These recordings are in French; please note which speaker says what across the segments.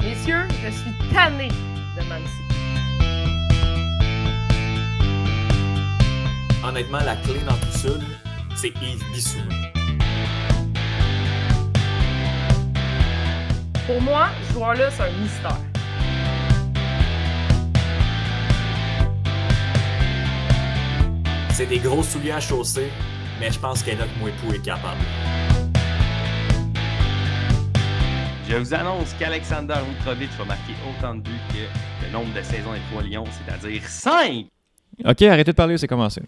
Speaker 1: Messieurs, je suis tanné de Man City.
Speaker 2: Honnêtement, la clé dans tout ça, là, c'est Yves Bissouma.
Speaker 1: Pour moi, ce joueur-là, c'est un mystère.
Speaker 2: C'est des gros souliers à chausser, mais je pense qu'Enoch Mouepou est capable.
Speaker 3: Je vous annonce qu'Alexander Mitrovic va marquer autant de buts que le nombre de saisons avec Trois Lions, c'est-à-dire 5!
Speaker 4: OK, arrêtez de parler, c'est commencé.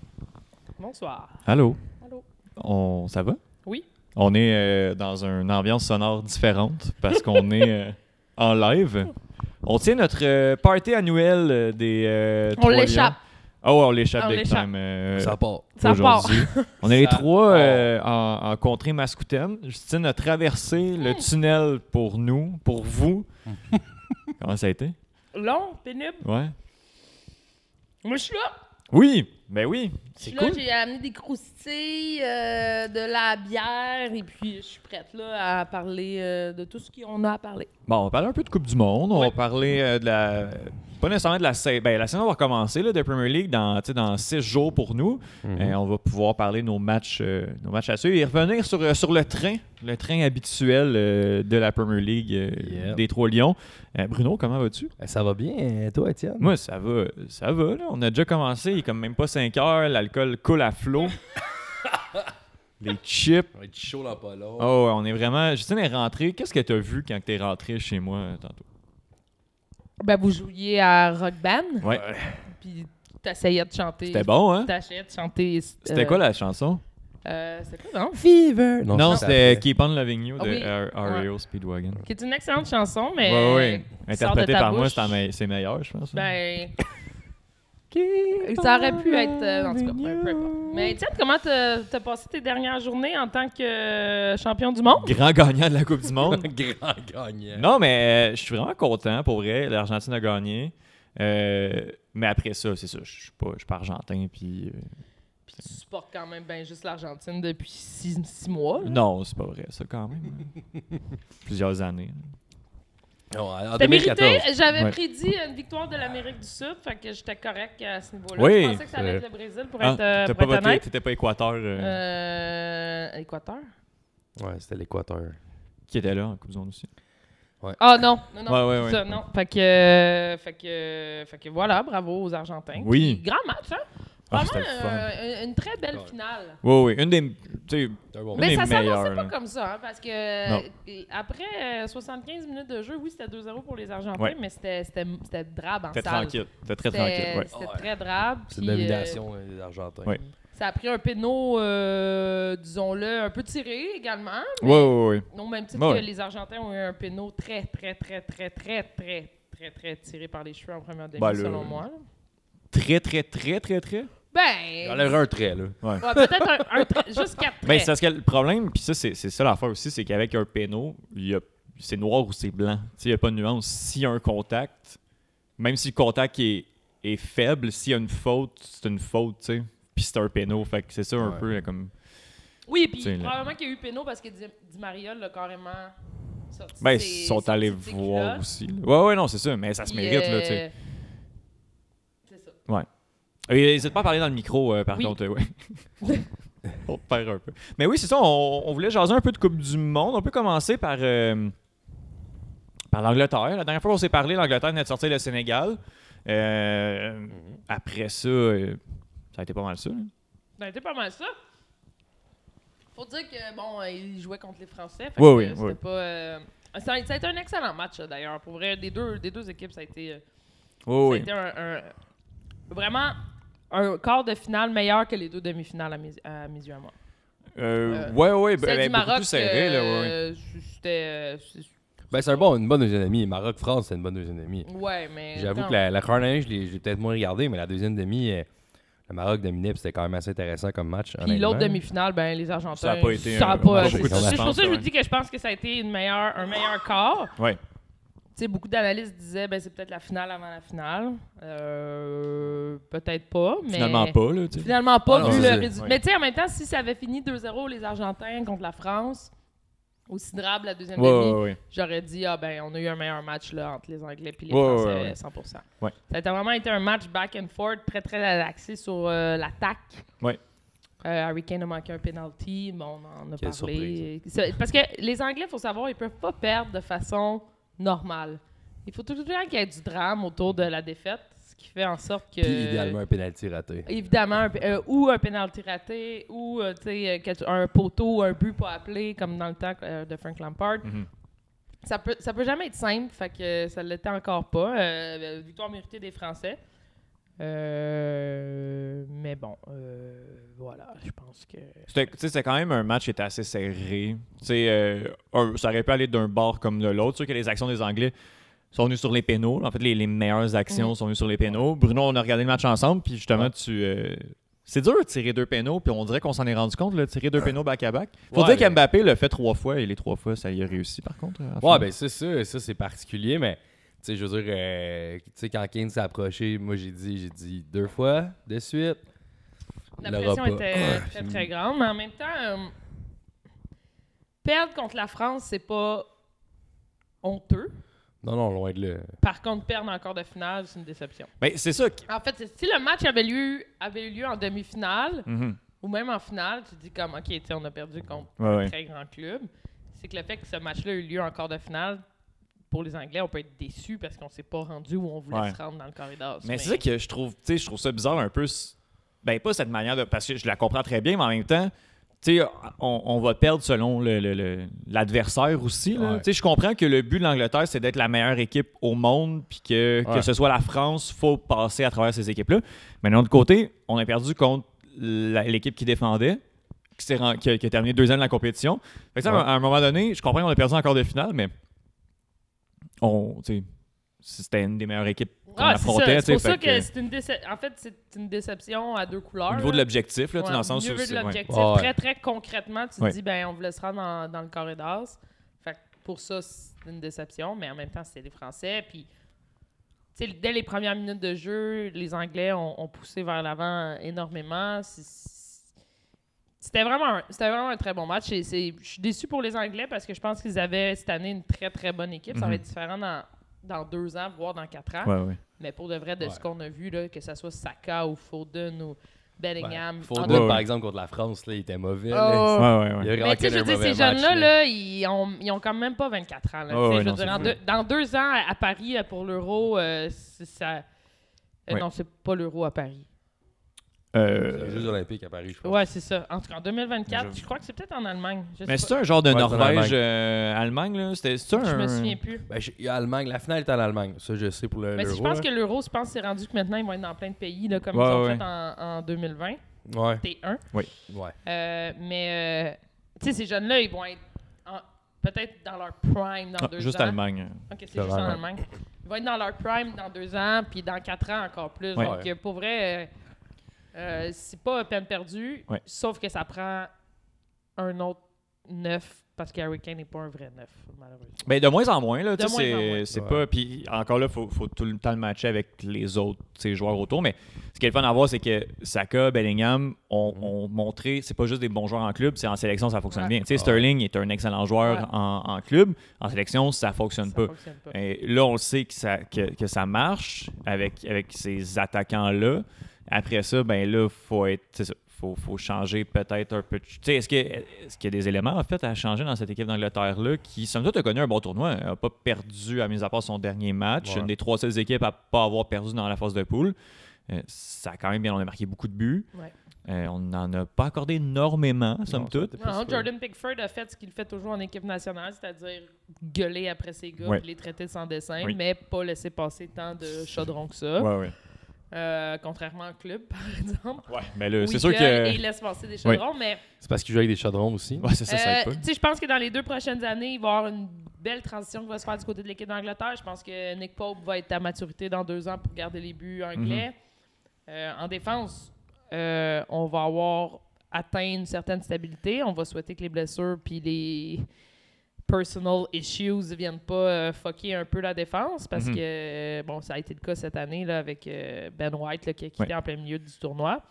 Speaker 1: Bonsoir.
Speaker 4: Allô?
Speaker 1: Allô.
Speaker 4: On, ça va?
Speaker 1: Oui.
Speaker 4: On est euh, dans une ambiance sonore différente parce qu'on est euh, en live. On tient notre euh, party annuel euh, des. euh,
Speaker 1: On
Speaker 4: Trois
Speaker 1: l'échappe. Ah,
Speaker 4: Lions. Oh, ouais, on l'échappe
Speaker 1: On
Speaker 4: big
Speaker 1: l'échappe.
Speaker 4: time. euh,
Speaker 5: Ça part.
Speaker 1: Ça part.
Speaker 4: aujourd'hui. On est les
Speaker 5: Ça
Speaker 4: trois
Speaker 5: part.
Speaker 4: euh, en, en contrée mascoutaine. Justine a traversé le tunnel pour nous, pour vous. Comment ça a été?
Speaker 1: Long, pénible.
Speaker 4: Ouais.
Speaker 1: Moi, je suis là.
Speaker 4: Oui! Ben oui!
Speaker 1: Je
Speaker 4: C'est
Speaker 1: suis là,
Speaker 4: cool!
Speaker 1: j'ai amené des croustilles, euh, de la bière, et puis je suis prête là, à parler euh, de tout ce qu'on a à parler.
Speaker 4: Bon, on va parler un peu de Coupe du Monde. On va parler euh, de la. Pas nécessairement de la saison. Ben, la saison va recommencer là, de Premier League dans, tu sais, dans six jours pour nous.
Speaker 5: Mhm.
Speaker 4: Et on va pouvoir parler de nos matchs, euh, nos matchs à suivre et revenir sur, euh, sur le train, le train habituel euh, de la Premier League euh,
Speaker 5: Yeah.
Speaker 4: des Trois Lions. Euh, Bruno, comment vas-tu?
Speaker 5: Eh, Ça va bien, toi, Étienne?
Speaker 4: Moi, ça va. Ça va, là. On a déjà commencé. Il est comme même pas 5 heures. L'alcool coule à flot. Les chips.
Speaker 5: On va être chaud dans pas long.
Speaker 4: Oh, ouais, on est vraiment. Justine est rentrée. Qu'est-ce que t'as vu quand t'es rentré chez moi euh, tantôt?
Speaker 1: Ben, vous jouiez à Rock Band,
Speaker 4: Ouais.
Speaker 1: puis t'essayais de chanter.
Speaker 4: C'était bon, hein?
Speaker 1: T'essayais de chanter.
Speaker 4: C'était quoi la chanson?
Speaker 1: Euh, C'était quoi, non?
Speaker 5: Fever!
Speaker 4: Non,
Speaker 5: ça,
Speaker 4: c'était
Speaker 5: ça-
Speaker 4: Keep on Loving You
Speaker 1: Ah
Speaker 4: de
Speaker 1: oui.
Speaker 4: R- REO Speedwagon.
Speaker 1: Qui est une excellente chanson, mais.
Speaker 4: Ouais, ouais.
Speaker 1: qui sort de
Speaker 4: Interprété
Speaker 1: ta
Speaker 4: par moi,
Speaker 1: bouche.
Speaker 4: c'est en me- c'est meilleur, je pense. hein.
Speaker 1: Ben, ça aurait pu être. euh, en tout cas, peu, peu importe. Mais Étienne, comment t'as t'as passé tes dernières journées en tant que euh, champion du monde?
Speaker 4: Grand gagnant de la Coupe du Monde.
Speaker 5: Grand gagnant.
Speaker 4: non, mais euh, je suis vraiment content pour vrai. L'Argentine a gagné. Euh, mais après ça, c'est ça. Je suis pas, je suis pas argentin. Puis, euh,
Speaker 1: Puis tu supportes quand même ben juste l'Argentine depuis six, six mois. là.
Speaker 4: Non, c'est pas vrai, ça, quand même. hein. Plusieurs années.
Speaker 5: Non, en
Speaker 1: T'as
Speaker 5: 2014.
Speaker 1: mérité, j'avais
Speaker 4: Ouais.
Speaker 1: prédit une victoire de l'Amérique du Sud, fait que j'étais correct à ce niveau-là.
Speaker 4: Oui,
Speaker 1: Je pensais que ça allait être le Brésil pour
Speaker 4: Ah,
Speaker 1: être, euh,
Speaker 4: t'as
Speaker 1: pour
Speaker 4: pas
Speaker 1: être
Speaker 4: voté,
Speaker 1: honnête.
Speaker 4: t'étais pas Équateur euh,
Speaker 1: Euh, Équateur?
Speaker 5: Ouais, c'était l'Équateur.
Speaker 4: qui était là en Coupe du Monde aussi.
Speaker 1: Ah non, non, non,
Speaker 4: Ouais, ouais,
Speaker 1: c'est ça, non. Fait que, euh, fait que, euh, fait que voilà, bravo aux Argentins.
Speaker 4: Oui.
Speaker 1: Puis, Grand match, hein?
Speaker 4: Ah,
Speaker 1: Vraiment
Speaker 4: c'était le fun.
Speaker 1: euh, une- une très belle finale.
Speaker 4: Oui, oui. Une des. tu sais,
Speaker 5: C'est un bon
Speaker 4: Mais-
Speaker 1: Mais
Speaker 4: des
Speaker 1: ça s'annonçait
Speaker 4: meilleurs,
Speaker 1: pas
Speaker 4: là.
Speaker 1: comme ça, hein, parce que
Speaker 4: Non.
Speaker 1: euh, après euh, 75 minutes de jeu, oui, c'était 2-0 pour les Argentins,
Speaker 4: Ouais.
Speaker 1: mais c'était c'était- c'était drabe en
Speaker 4: T'es
Speaker 1: salle.
Speaker 4: tranquille. T'es très
Speaker 1: C'était
Speaker 4: tranquille. ouais.
Speaker 1: c'était
Speaker 5: Ah Ouais.
Speaker 1: très drabe.
Speaker 5: C'est une
Speaker 1: puis, euh,
Speaker 5: domination euh, des Argentins.
Speaker 4: Ouais.
Speaker 1: ça a pris un péno, euh, disons-le, un peu tiré également.
Speaker 4: Oui, oui, oui.
Speaker 1: Non, même titre
Speaker 4: Ouais.
Speaker 1: que les Argentins ont eu un péno très, très, très, très, très, très, très, très tiré par les cheveux en première demi,
Speaker 4: Ben, le-
Speaker 1: selon moi.
Speaker 4: Très, très, très, très, très.
Speaker 1: Ben,
Speaker 5: J'enlèverais un trait, là.
Speaker 1: ouais, peut-être un, un tra- juste quatre
Speaker 4: Ben,
Speaker 1: traits.
Speaker 4: c'est parce que le problème, puis ça, c'est c'est ça l'affaire aussi, c'est qu'avec un péno, il y a- c'est noir ou c'est blanc. Tu sais, Il n'y a pas de nuance. S'il y a un contact, même si le contact est, est faible, s'il y a une faute, c'est une faute, tu sais. Puis c'est un péno. Fait que c'est ça un
Speaker 5: Ouais.
Speaker 4: peu là, comme.
Speaker 1: Oui, puis
Speaker 4: C'est là.
Speaker 1: probablement qu'il y a eu péno parce que Di, Di Maria l'a carrément sorti.
Speaker 4: Ben,
Speaker 1: ses-
Speaker 4: ils sont
Speaker 1: sorti
Speaker 4: allés
Speaker 1: de ses
Speaker 4: voir
Speaker 1: culottes,
Speaker 4: aussi. là. Ouais, ouais, non, c'est ça, mais ça se
Speaker 1: puis,
Speaker 4: mérite, là,
Speaker 1: euh,
Speaker 4: tu sais.
Speaker 1: C'est ça.
Speaker 4: Et N'hésite pas à parler dans le micro, euh, par
Speaker 1: Oui.
Speaker 4: contre. euh, ouais. on te perd un peu. Mais oui, c'est ça, on, on voulait jaser un peu de Coupe du Monde. On peut commencer par, euh, par l'Angleterre. La dernière fois qu'on s'est parlé, l'Angleterre venait de sortir le Sénégal. Euh, Après ça, euh, ça a été pas mal ça. là.
Speaker 1: Ben, c'était pas mal ça. Faut dire que, bon, euh, ils jouaient contre les Français.
Speaker 4: Oui, oui,
Speaker 1: C'était
Speaker 4: oui.
Speaker 1: pas. euh, Ça a, ça a été un excellent match, euh, d'ailleurs. Pour vrai, des deux, des deux équipes, ça a été, euh,
Speaker 4: Oui,
Speaker 1: ça a été un, un- vraiment un quart de finale meilleur que les deux demi-finales à mes, à mes yeux à moi.
Speaker 4: Euh,
Speaker 1: Euh,
Speaker 4: ouais, ouais, ben,
Speaker 1: Celle
Speaker 4: ben,
Speaker 1: du
Speaker 4: beaucoup
Speaker 1: Maroc,
Speaker 4: plus serré, là, ouais, ouais.
Speaker 1: euh, c'était... euh, c'est-
Speaker 5: Ben, c'est un bon, une bonne deuxième demi. Maroc-France, c'est une bonne deuxième demi.
Speaker 1: Ouais, mais...
Speaker 5: J'avoue
Speaker 1: non.
Speaker 5: que la, la première demi, je l'ai je l'ai peut-être moins regardé, mais la deuxième demi, euh, le Maroc dominait, puis c'était quand même assez intéressant comme match.
Speaker 1: Puis l'autre
Speaker 5: honnêtement.
Speaker 1: demi-finale, ben les Argentins.
Speaker 4: Ça a pas été
Speaker 1: ça
Speaker 4: un-
Speaker 1: a pas-
Speaker 5: beaucoup de
Speaker 1: C'est pour
Speaker 4: suspense,
Speaker 1: ça que je vous
Speaker 4: ouais.
Speaker 1: dis que je pense que ça a été une meilleure, un meilleur quart.
Speaker 4: Ouais.
Speaker 1: Tu sais, beaucoup d'analystes disaient ben c'est peut-être la finale avant la finale. Euh, peut-être pas, mais
Speaker 4: Finalement pas, là, tu sais.
Speaker 1: Finalement pas
Speaker 5: Ah non,
Speaker 1: vu
Speaker 5: c'est
Speaker 1: le
Speaker 5: ça.
Speaker 1: résultat.
Speaker 4: Ouais.
Speaker 1: Mais tu sais, en même temps, si ça avait fini 2-0 les Argentins contre la France, aussi drabe la deuxième
Speaker 4: Ouais,
Speaker 1: demi,
Speaker 4: ouais, ouais.
Speaker 1: j'aurais dit ah ben on a eu un meilleur match là entre les Anglais et les
Speaker 4: Ouais,
Speaker 1: Français
Speaker 4: ouais, ouais.
Speaker 1: 100%.
Speaker 4: Ouais.
Speaker 1: Ça a été vraiment été un match back and forth très très axé sur euh, l'attaque.
Speaker 4: Ouais.
Speaker 1: Euh, Harry Kane a manqué un penalty, bon, on en a
Speaker 5: Quelle
Speaker 1: parlé.
Speaker 5: surprise.
Speaker 1: C'est- Parce que les Anglais, il faut savoir, ils peuvent pas perdre de façon normale. Il faut tout le temps qu'il y ait du drame autour de la défaite, ce qui fait en sorte que...
Speaker 5: Puis idéalement, un pénalty raté.
Speaker 1: Évidemment, un- euh, ou un penalty raté, ou euh, tu sais, euh, quelque- un poteau, un but pas appelé, comme dans le temps euh, de Frank Lampard.
Speaker 4: Mhm.
Speaker 1: Ça peut, ça peut jamais être simple, fait que euh, ça l'était encore pas. Euh, victoire méritée des Français. Euh, mais bon, euh, voilà, je pense que.
Speaker 4: C'était tu sais, c'était quand même un match qui était assez serré. Tu sais, euh, un- ça aurait pu aller d'un bord comme de l'autre. C'est sûr que les actions des Anglais sont venues sur les pénaux. En fait, les, les meilleures actions sont venues sur les pénaux. Bruno, on a regardé le match ensemble, puis justement, tu. euh, c'est dur de tirer deux pénaux, puis on dirait qu'on s'en est rendu compte, là, tirer deux pénaux back-à-back. Faut
Speaker 5: Ouais,
Speaker 4: dire
Speaker 5: mais-
Speaker 4: qu'Mbappé l'a fait trois fois, et les trois fois, ça y a réussi, par contre. à la fin.
Speaker 5: Ouais, ben c'est ça, ça c'est particulier, mais tu sais, je veux dire, euh, tu sais, quand Kane s'est approché, moi j'ai dit, j'ai dit deux fois de suite.
Speaker 1: La
Speaker 5: Il l'aura
Speaker 1: pression
Speaker 5: pas.
Speaker 1: était euh, très, très grande, mais en même temps, euh, perdre contre la France, c'est pas honteux.
Speaker 5: Non, non, loin de là.
Speaker 1: Par contre, perdre encore de finale, c'est une déception.
Speaker 4: Ben, c'est ça. qui-
Speaker 1: En fait, c'est- si le match avait lieu, avait eu lieu en demi-finale
Speaker 4: Mhm.
Speaker 1: ou même en finale, tu dis comme, OK, tu sais, on a perdu contre
Speaker 4: Ouais, ouais.
Speaker 1: un très grand club. C'est que le fait que ce match-là ait eu lieu en quart de finale, pour les Anglais, on peut être déçu parce qu'on s'est pas rendu où on voulait
Speaker 4: Ouais.
Speaker 1: se rendre dans le corridor.
Speaker 4: Mais c'est ça que je trouve, tu sais, je trouve ça bizarre un peu. c- Ben, pas cette manière de. Parce que je la comprends très bien, mais en même temps, tu sais, on, on va perdre selon le- le- le- l'adversaire aussi. là.
Speaker 5: Ouais.
Speaker 4: Tu sais, je comprends que le but de l'Angleterre, c'est d'être la meilleure équipe au monde, puis que, que
Speaker 5: Ouais.
Speaker 4: ce soit la France, faut passer à travers ces équipes-là. Mais de l'autre côté, on a perdu contre la- l'équipe qui défendait. Qui, s'est ren- qui a, qui a terminé deuxième de la compétition. Fait que, tu sais,
Speaker 5: Ouais.
Speaker 4: à un moment donné, je comprends qu'on a perdu encore de finale, mais on, tu sais, c'était une des meilleures équipes qu'on
Speaker 1: Ah, c'est ça.
Speaker 4: affrontait. tu sais,
Speaker 1: C'est pour
Speaker 4: fait
Speaker 1: ça que,
Speaker 4: que-
Speaker 1: c'est une déception. En fait, c'est une déception à deux couleurs.
Speaker 4: au niveau de
Speaker 1: là.
Speaker 4: l'objectif, là, tu sais,
Speaker 1: Ouais,
Speaker 4: dans le sens
Speaker 1: au
Speaker 4: où
Speaker 1: niveau
Speaker 4: c'est-
Speaker 1: de
Speaker 4: ouais.
Speaker 1: l'objectif,
Speaker 5: Ouais.
Speaker 1: très, très concrètement, tu te
Speaker 4: Ouais.
Speaker 1: dis, ben, on voulait se rendre dans, dans le corridor. Fait que pour ça, c'est une déception, mais en même temps, c'était les Français. Puis, tu sais, dès les premières minutes de jeu, les Anglais ont, ont poussé vers l'avant énormément. C'est- C'était vraiment, un- c'était vraiment un très bon match. Et c'est- Je suis déçu pour les Anglais parce que je pense qu'ils avaient cette année une très, très bonne équipe. Ça va
Speaker 4: Mhm.
Speaker 1: être différent dans, dans deux ans, voire dans quatre ans.
Speaker 4: Ouais, ouais.
Speaker 1: Mais pour de vrai, de
Speaker 5: Ouais.
Speaker 1: ce qu'on a vu, là, que ce soit Saka ou Foden ou Bellingham.
Speaker 5: Foden,
Speaker 1: Anthony-
Speaker 4: Ouais, ouais.
Speaker 5: par exemple, contre la France, là, il était mauvais.
Speaker 4: Oh.
Speaker 1: Ah,
Speaker 5: là.
Speaker 1: ouais, ouais.
Speaker 4: Ouais, ouais, ouais.
Speaker 5: Il a
Speaker 1: Mais tu sais, je veux dire, ces jeunes-là, là, ils, ont, ils ont quand même pas 24 ans. là.
Speaker 4: Ah,
Speaker 1: Tu sais,
Speaker 4: ouais,
Speaker 1: je veux
Speaker 4: non,
Speaker 1: dire,
Speaker 4: c'est
Speaker 1: en
Speaker 4: vrai.
Speaker 1: deux- dans deux ans, à Paris, euh, pour l'Euro, euh, c'est- ça... euh,
Speaker 4: Ouais.
Speaker 1: Non, c'est pas l'Euro à Paris.
Speaker 4: Euh,
Speaker 5: Les Jeux Olympiques à Paris, je pense.
Speaker 1: Ouais, c'est ça. En tout cas, en 2024, je, crois que c'est peut-être en Allemagne. Je, sais
Speaker 4: mais
Speaker 1: pas.
Speaker 4: c'est un genre de
Speaker 5: Ouais, c'est en
Speaker 4: Norvège
Speaker 5: Allemagne.
Speaker 4: euh, Allemagne là, c'était c'est un
Speaker 1: je me souviens plus.
Speaker 5: Ben, je- il y a Allemagne, la finale est en Allemagne. Ça, je sais pour le.
Speaker 1: Mais si je
Speaker 5: l'Euro,
Speaker 1: pense que l'Euro, je pense que c'est rendu que maintenant, ils vont être dans plein de pays, là, comme
Speaker 4: Ouais,
Speaker 1: ils ont
Speaker 4: ouais.
Speaker 1: fait en, en 2020,
Speaker 5: là. Ouais.
Speaker 1: T1.
Speaker 5: Ouais.
Speaker 1: Euh, mais, euh, tu sais, ces jeunes-là, ils vont être en- peut-être dans leur prime dans
Speaker 4: Ah,
Speaker 1: deux
Speaker 4: juste
Speaker 1: ans.
Speaker 4: Allemagne.
Speaker 1: OK, c'est juste en
Speaker 5: Allemagne.
Speaker 1: Allemagne. Ils vont être dans leur prime dans deux ans, puis dans quatre ans encore plus.
Speaker 4: Ouais.
Speaker 1: Donc, euh, pour vrai, euh, euh, c'est pas peine perdue,
Speaker 4: Ouais.
Speaker 1: sauf que ça prend un autre neuf, parce que Harry Kane n'est pas un vrai neuf, malheureusement.
Speaker 4: Ben, de moins en moins là,
Speaker 1: De
Speaker 4: tu sais,
Speaker 1: moins en moins.
Speaker 4: c'est c'est
Speaker 5: Ouais.
Speaker 4: pas puis encore là faut, faut tout le temps le matcher avec les autres tu sais, joueurs autour mais ce qui est le fun à voir c'est que Saka, Bellingham ont, ont montré c'est pas juste des bons joueurs en club, c'est en sélection ça fonctionne
Speaker 1: Ouais.
Speaker 4: bien. Tu sais, Sterling est un excellent joueur
Speaker 1: Ouais.
Speaker 4: en, en club, en sélection ça Hein? fonctionne
Speaker 1: Ça
Speaker 4: pas.
Speaker 1: fonctionne pas.
Speaker 4: Et Euh, là, on le sait que ça, que, que ça marche avec, avec ces attaquants-là. Après ça, ben là, faut être. c'est ça, faut, faut changer peut-être un peu. de- Tu sais, est-ce que- est-ce qu'il y a des éléments en fait à changer dans cette équipe d'Angleterre-là qui, somme toute, a connu un bon tournoi, n'a pas perdu, à mis à part son dernier match,
Speaker 5: Ouais.
Speaker 4: une des trois seules équipes à pas avoir perdu dans la phase de poule. Euh, ça a quand même bien, on a marqué beaucoup de buts.
Speaker 1: Ouais.
Speaker 4: Euh, on n'en a pas accordé énormément, somme
Speaker 5: Non, ça,
Speaker 4: toute.
Speaker 5: t'es plus
Speaker 1: Non,
Speaker 5: sûr.
Speaker 1: Jordan Pickford a fait ce qu'il fait toujours en équipe nationale, c'est-à-dire gueuler après ses gars
Speaker 4: Ouais.
Speaker 1: puis les traiter sans dessin,
Speaker 4: Oui.
Speaker 1: mais pas laisser passer tant de chaudrons que ça.
Speaker 4: Ouais, ouais.
Speaker 1: Euh, contrairement au club, par exemple.
Speaker 4: Ouais, mais là,
Speaker 1: où
Speaker 4: c'est
Speaker 1: il
Speaker 4: sûr
Speaker 1: gueule
Speaker 4: que.
Speaker 1: Et il laisse passer des chaudrons, mais
Speaker 5: C'est parce qu'il joue avec des chaudrons aussi.
Speaker 4: Ouais, c'est ça, ça aide
Speaker 1: euh,
Speaker 4: pas.
Speaker 1: tu sais, je pense que dans les deux prochaines années, il va y avoir une belle transition qui va se faire du côté de l'équipe d'Angleterre. Je pense que Nick Pope va être à maturité dans deux ans pour garder les buts anglais. Euh, en défense, euh, on va avoir atteint une certaine stabilité. On va souhaiter que les blessures puis les personal issues ne viennent pas euh, fucker un peu la défense parce
Speaker 4: Mhm.
Speaker 1: que, euh, bon, ça a été le cas cette année là, avec euh, Ben White là, qui a quitté
Speaker 4: Ouais.
Speaker 1: en plein milieu du tournoi.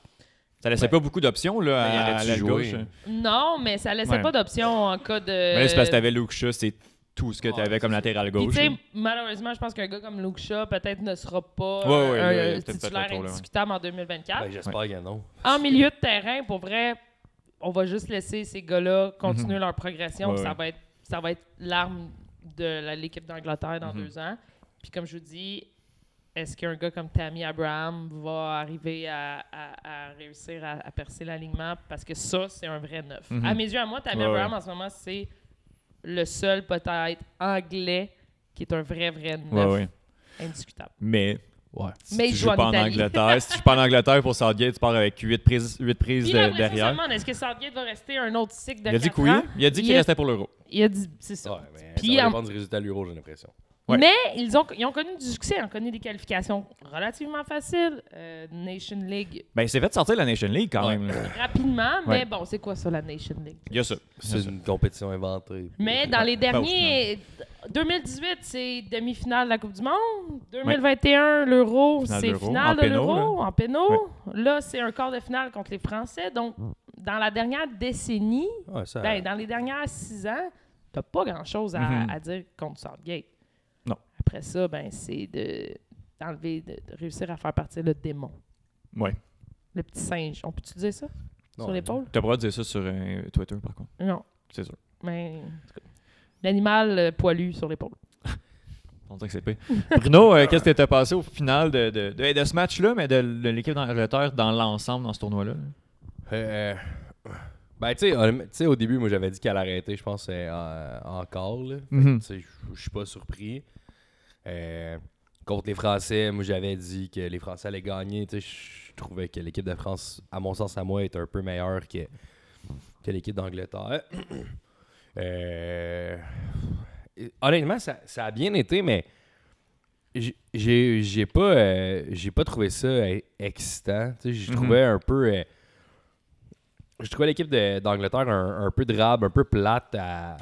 Speaker 4: Ça laissait pas beaucoup d'options, là,
Speaker 5: Mais il
Speaker 4: à,
Speaker 5: aurait-tu
Speaker 4: la
Speaker 5: joué?
Speaker 1: Euh,
Speaker 4: gauche.
Speaker 1: Non, mais ça laissait
Speaker 4: Ouais.
Speaker 1: pas d'option en cas de.
Speaker 4: Mais là, c'est parce que t'avais Luke Shaw, c'est tout ce que t'avais comme latéral
Speaker 1: Puis,
Speaker 4: gauche.
Speaker 1: tu sais,
Speaker 4: là.
Speaker 1: malheureusement, je pense qu'un gars comme Luke Shaw peut-être ne sera pas
Speaker 4: Ouais, ouais,
Speaker 1: un
Speaker 4: là, il y a peut-être
Speaker 1: titulaire
Speaker 4: pas trop, là, ouais.
Speaker 1: indiscutable en 2024.
Speaker 5: Ben, J'espère que non.
Speaker 1: En milieu de terrain, pour vrai, on va juste laisser ces gars-là continuer leur progression.
Speaker 4: Mhm. Ouais,
Speaker 1: puis Ça
Speaker 4: ouais.
Speaker 1: va être, ça va être l'arme de la- l'équipe d'Angleterre dans
Speaker 4: Mhm.
Speaker 1: deux ans. Puis comme je vous dis, est-ce qu'un gars comme Tammy Abraham va arriver à, à- à réussir à, à percer l'alignement? Parce que ça, c'est un vrai neuf.
Speaker 4: Mhm.
Speaker 1: À mes yeux, à moi, Tammy
Speaker 4: Ouais,
Speaker 1: Abraham,
Speaker 4: ouais.
Speaker 1: en ce moment, c'est le seul peut-être anglais qui est un vrai, vrai neuf
Speaker 4: Ouais, ouais.
Speaker 1: indiscutable.
Speaker 4: Mais.
Speaker 5: Ouais.
Speaker 4: Si
Speaker 1: Mais
Speaker 4: tu
Speaker 1: il
Speaker 4: joues
Speaker 1: joue en
Speaker 4: pas en
Speaker 1: Italie.
Speaker 4: Angleterre, si tu joues pas en Angleterre pour Southgate, tu pars avec 8 prises, huit prises
Speaker 1: Puis
Speaker 4: de-
Speaker 1: là, après ça, je
Speaker 4: derrière.
Speaker 1: me demande, est-ce que Southgate va rester un autre cycle de
Speaker 4: Il a dit
Speaker 1: quatre
Speaker 4: que oui.
Speaker 1: ans?
Speaker 4: Il a dit qu'il
Speaker 1: est-
Speaker 4: restait pour l'euro.
Speaker 1: Il a dit, c'est ça.
Speaker 5: Ouais, mais
Speaker 1: Puis
Speaker 5: ça va
Speaker 1: en-
Speaker 5: dépendre du résultat de l'Euro, j'ai l'impression.
Speaker 4: Ouais.
Speaker 1: Mais ils ont, ils ont connu du succès, ils ont connu des qualifications relativement faciles. euh, Nation League
Speaker 4: Ben, il s'est fait sortir de la Nation League quand
Speaker 5: Ouais.
Speaker 4: même. là.
Speaker 1: rapidement, mais
Speaker 4: Ouais.
Speaker 1: bon, c'est quoi ça, la Nation League?
Speaker 4: Il y a ça. Il y a
Speaker 5: C'est
Speaker 4: ça.
Speaker 5: une compétition inventée.
Speaker 1: Mais dans les
Speaker 4: pas au
Speaker 1: derniers, 2018, c'est demi-finale de la Coupe du Monde. 2021, l'Euro,
Speaker 4: Finale de
Speaker 1: c'est
Speaker 4: l'Euro,
Speaker 1: finale
Speaker 4: en
Speaker 1: de
Speaker 4: pénaux,
Speaker 1: l'euro, en pénaux. Là, c'est un quart de finale contre les Français. Donc, dans la dernière décennie,
Speaker 5: Ouais, ça.
Speaker 1: ben, dans les dernières six ans, t'as pas grand-chose à,
Speaker 4: Euh, Mhm.
Speaker 1: à dire contre Southgate.
Speaker 4: Non.
Speaker 1: Après ça, ben, c'est de- d'enlever, de, de réussir à faire partir le démon.
Speaker 4: Ouais.
Speaker 1: Le petit singe. On peut-tu dire ça?
Speaker 5: Non,
Speaker 1: sur l'épaule?
Speaker 4: T'as pas le droit de dire ça sur euh, Twitter, par contre.
Speaker 1: Non.
Speaker 4: C'est sûr.
Speaker 1: Mais. en tout cas, L'animal euh, poilu sur l'épaule.
Speaker 4: On dirait que c'est pire. Bruno, euh, qu'est-ce que t'étais passé au final de, de, de- de ce match-là, mais de, de l'équipe d'Angleterre dans l'ensemble dans ce tournoi-là?
Speaker 5: Euh, ben, tu sais, honnêtement, tu sais, au début, moi, j'avais dit qu'elle arrêtait, je pense, euh, euh, encore. là. Fait que,
Speaker 4: Mhm.
Speaker 5: Tu sais, je- je suis pas surpris. Euh, contre les Français, moi, j'avais dit que les Français allaient gagner. Tu sais, je trouvais que l'équipe de France, à mon sens, à moi, est un peu meilleure que, que l'équipe d'Angleterre. Euh, honnêtement, ça, ça a bien été, mais j'ai- j'ai j'ai pas, euh, j'ai pas trouvé ça euh, excitant. Tu sais, J'ai trouvé un peu. euh, je trouvais l'équipe de- d'Angleterre un, un peu drabe, un peu plate à,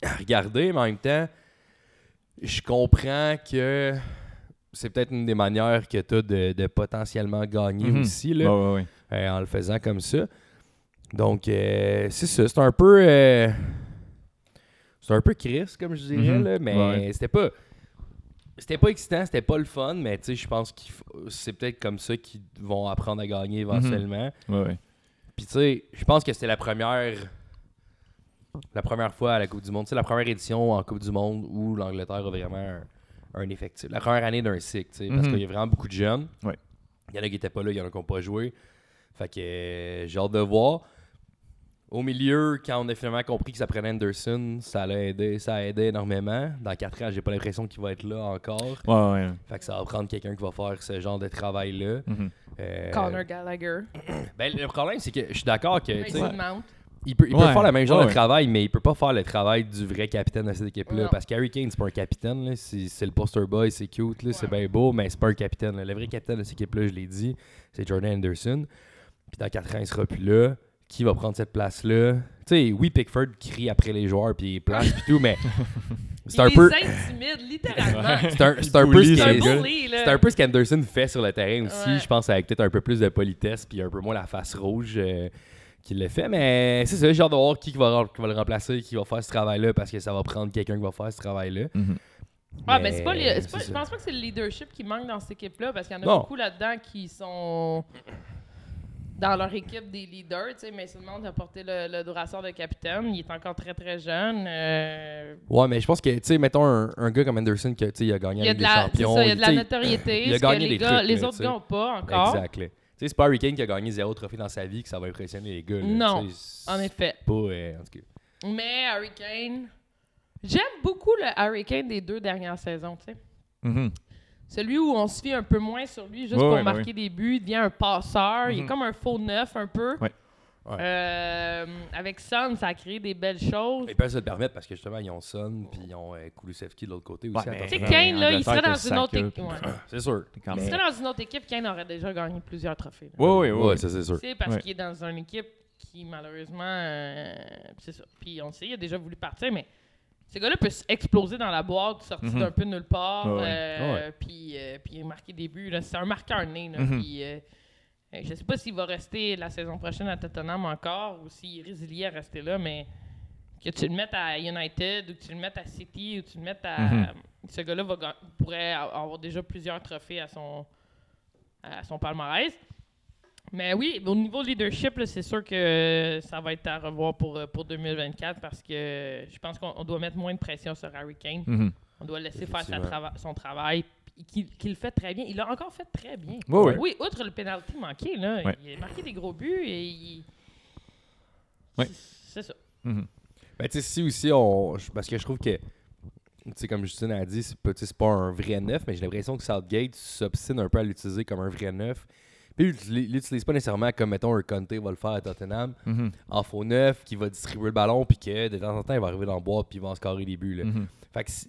Speaker 5: à regarder, mais en même temps, je comprends que c'est peut-être une des manières que tu as de, de potentiellement gagner
Speaker 4: Mhm.
Speaker 5: aussi, là,
Speaker 4: Ouais, ouais, ouais.
Speaker 5: euh, en le faisant comme ça. Donc, euh, c'est ça. C'est un peu. euh, c'est un peu Chris, comme je dirais,
Speaker 4: Mhm.
Speaker 5: là, mais
Speaker 4: Ouais.
Speaker 5: c'était pas. C'était pas excitant, c'était pas le fun, mais tu sais, je pense que c'est peut-être comme ça qu'ils vont apprendre à gagner
Speaker 4: Mhm.
Speaker 5: éventuellement.
Speaker 4: Ouais, ouais.
Speaker 5: Puis tu sais, je pense que c'était la première la première fois à la Coupe du Monde, tu sais, la première édition en Coupe du Monde où l'Angleterre a vraiment un, un effectif. La première année d'un cycle, tu sais, parce
Speaker 4: Mhm.
Speaker 5: qu'il y a vraiment beaucoup de jeunes.
Speaker 4: Ouais.
Speaker 5: Il y en a qui n'étaient pas là, il y en a qui n'ont pas joué. Fait que euh, j'ai hâte de voir. Au milieu, quand on a finalement compris que ça prenait Anderson, ça l'a aidé, ça a aidé énormément. Dans 4 ans, j'ai pas l'impression qu'il va être là encore.
Speaker 4: Ouais, ouais.
Speaker 5: Fait que ça va prendre quelqu'un qui va faire ce genre de travail-là.
Speaker 4: Mhm.
Speaker 5: Euh,
Speaker 1: Connor Gallagher.
Speaker 5: ben, le problème, c'est que je suis d'accord que. tu sais,
Speaker 1: Mason Mount.
Speaker 5: il peut, il peut
Speaker 4: Ouais,
Speaker 5: faire le même genre
Speaker 4: ouais,
Speaker 5: de
Speaker 4: ouais.
Speaker 5: travail, mais il peut pas faire le travail du vrai capitaine de cette équipe-là.
Speaker 1: Non.
Speaker 5: Parce qu'Harry Kane, c'est pas un capitaine. là. C'est c'est le poster boy, c'est cute, là, c'est bien beau, mais c'est pas un capitaine. là. Le vrai capitaine de cette équipe-là, je l'ai dit, c'est Jordan Anderson. Puis dans 4 ans, il sera plus là. Qui va prendre cette place-là? Tu sais, oui, Pickford crie après les joueurs, puis il planche, puis tout, mais c'est
Speaker 1: Il
Speaker 5: un
Speaker 1: les
Speaker 5: peu...
Speaker 1: intimide, littéralement.
Speaker 5: C'est un, c'est un peu
Speaker 4: bully,
Speaker 5: ce
Speaker 1: C'est
Speaker 4: Les
Speaker 1: un
Speaker 5: qu'il-
Speaker 4: gars.
Speaker 1: bully, là.
Speaker 5: c'est un peu ce qu'Anderson fait sur le terrain aussi.
Speaker 1: Ouais.
Speaker 5: Je pense avec peut-être un peu plus de politesse puis un peu moins la face rouge euh, qu'il le fait. Mais c'est ça, genre de voir qui va, qui va le remplacer, qui va faire ce travail-là parce que ça va prendre quelqu'un qui va faire ce travail-là.
Speaker 4: Mm.
Speaker 1: Ah, mais c'est pas, les-
Speaker 5: Mais
Speaker 1: c'est pas-
Speaker 5: c'est
Speaker 1: je
Speaker 5: ça.
Speaker 1: pense pas que c'est le leadership qui manque dans cette équipe-là, parce qu'il y en a
Speaker 5: Non.
Speaker 1: beaucoup là-dedans qui sont dans leur équipe des leaders, tu sais, mais seulement de porter le, le brassard de capitaine. Il est encore très, très jeune. euh,
Speaker 5: Ouais, mais je pense que, tu sais, mettons un, un gars comme Anderson qui a gagné
Speaker 1: il y a
Speaker 5: avec
Speaker 1: de
Speaker 5: des
Speaker 1: la, c'est
Speaker 5: champions.
Speaker 1: ça, il y a de la
Speaker 5: tu sais,
Speaker 1: notoriété,
Speaker 5: il a
Speaker 1: ce que
Speaker 5: gagné
Speaker 1: les,
Speaker 5: des
Speaker 1: gars,
Speaker 5: trucs,
Speaker 1: les
Speaker 5: là,
Speaker 1: autres
Speaker 5: tu
Speaker 1: gars
Speaker 5: sais.
Speaker 1: n'ont pas encore.
Speaker 5: Exact. là. Tu sais, c'est pas Harry Kane qui a gagné zéro trophée dans sa vie que ça va impressionner les gars. là.
Speaker 1: Non,
Speaker 5: Tu sais, c'est
Speaker 1: en effet.
Speaker 5: Pas, euh, en tout cas.
Speaker 1: Mais Harry Kane, j'aime beaucoup le Harry Kane des deux dernières saisons, tu sais.
Speaker 4: Mhm.
Speaker 1: Celui où on se fie un peu moins sur lui juste
Speaker 4: Ouais,
Speaker 1: pour
Speaker 4: ouais, bah
Speaker 1: marquer
Speaker 4: oui.
Speaker 1: des buts, il devient un passeur, il est
Speaker 4: Mhm.
Speaker 1: comme un faux neuf un peu.
Speaker 4: Ouais.
Speaker 5: Ouais.
Speaker 1: Euh, avec Son, ça a créé des belles choses.
Speaker 5: Ils peuvent se le permettre parce que justement, ils ont Son puis ils ont euh, Kulusevski de l'autre côté aussi.
Speaker 4: Ouais, mais-
Speaker 5: en
Speaker 1: Tu sais,
Speaker 5: temps
Speaker 4: Ouais,
Speaker 1: Kane, là, il serait
Speaker 4: Angleterre
Speaker 1: dans
Speaker 4: que
Speaker 1: une autre
Speaker 4: Saka,
Speaker 1: équipe.
Speaker 4: puis-
Speaker 1: ouais.
Speaker 5: plein. C'est sûr.
Speaker 4: Quand
Speaker 1: Il
Speaker 4: même.
Speaker 1: serait dans une autre équipe, Kane aurait déjà gagné plusieurs trophées. là.
Speaker 4: Ouais, ouais, ouais.
Speaker 5: Ouais, ça c'est sûr.
Speaker 1: C'est parce
Speaker 4: Ouais.
Speaker 1: qu'il est dans une équipe qui, malheureusement, euh, c'est ça. Puis on le sait, il a déjà voulu partir, mais ce gars-là peut exploser dans la boîte, sortir
Speaker 4: Mhm.
Speaker 1: d'un peu de nulle part,
Speaker 4: Ouais, ouais.
Speaker 1: euh, puis, euh, puis marquer des buts. là. C'est un marqueur né. Là,
Speaker 4: Mhm.
Speaker 1: puis, euh, euh, je sais pas s'il va rester la saison prochaine à Tottenham encore ou s'il est résilié à rester là, mais que tu le mettes à United ou que tu le mettes à City ou que tu le mettes à.
Speaker 4: Mhm.
Speaker 1: Ce gars-là va ga- pourrait a- avoir déjà plusieurs trophées à son, à son palmarès. Mais oui, au niveau leadership, là, c'est sûr que ça va être à revoir pour, euh, pour 2024 parce que je pense qu'on on doit mettre moins de pression sur Harry Kane.
Speaker 4: Mhm.
Speaker 1: On doit le laisser faire sa
Speaker 5: Effectivement.
Speaker 1: trava- son travail puis qu'il qu'il le fait très bien. Il l'a encore fait très bien.
Speaker 4: Ouais, ouais.
Speaker 1: Oui, outre le pénalty manqué, là,
Speaker 4: Ouais.
Speaker 1: il a marqué des gros buts et il...
Speaker 4: Ouais.
Speaker 1: C'est c'est ça.
Speaker 5: Ben, tu sais, si aussi, on... je- parce que je trouve que, tu sais, comme Justine a dit, c'est pas, tu sais, c'est pas un vrai neuf, mais j'ai l'impression que Southgate s'obstine un peu à l'utiliser comme un vrai neuf. Puis il l'utilise- l'utilise pas nécessairement comme, mettons, un Conte va le faire à Tottenham, en faux neuf, qui va distribuer le ballon, puis que de temps en temps, il va arriver dans le bois, puis il va en scorer des buts. Là. Fait que si,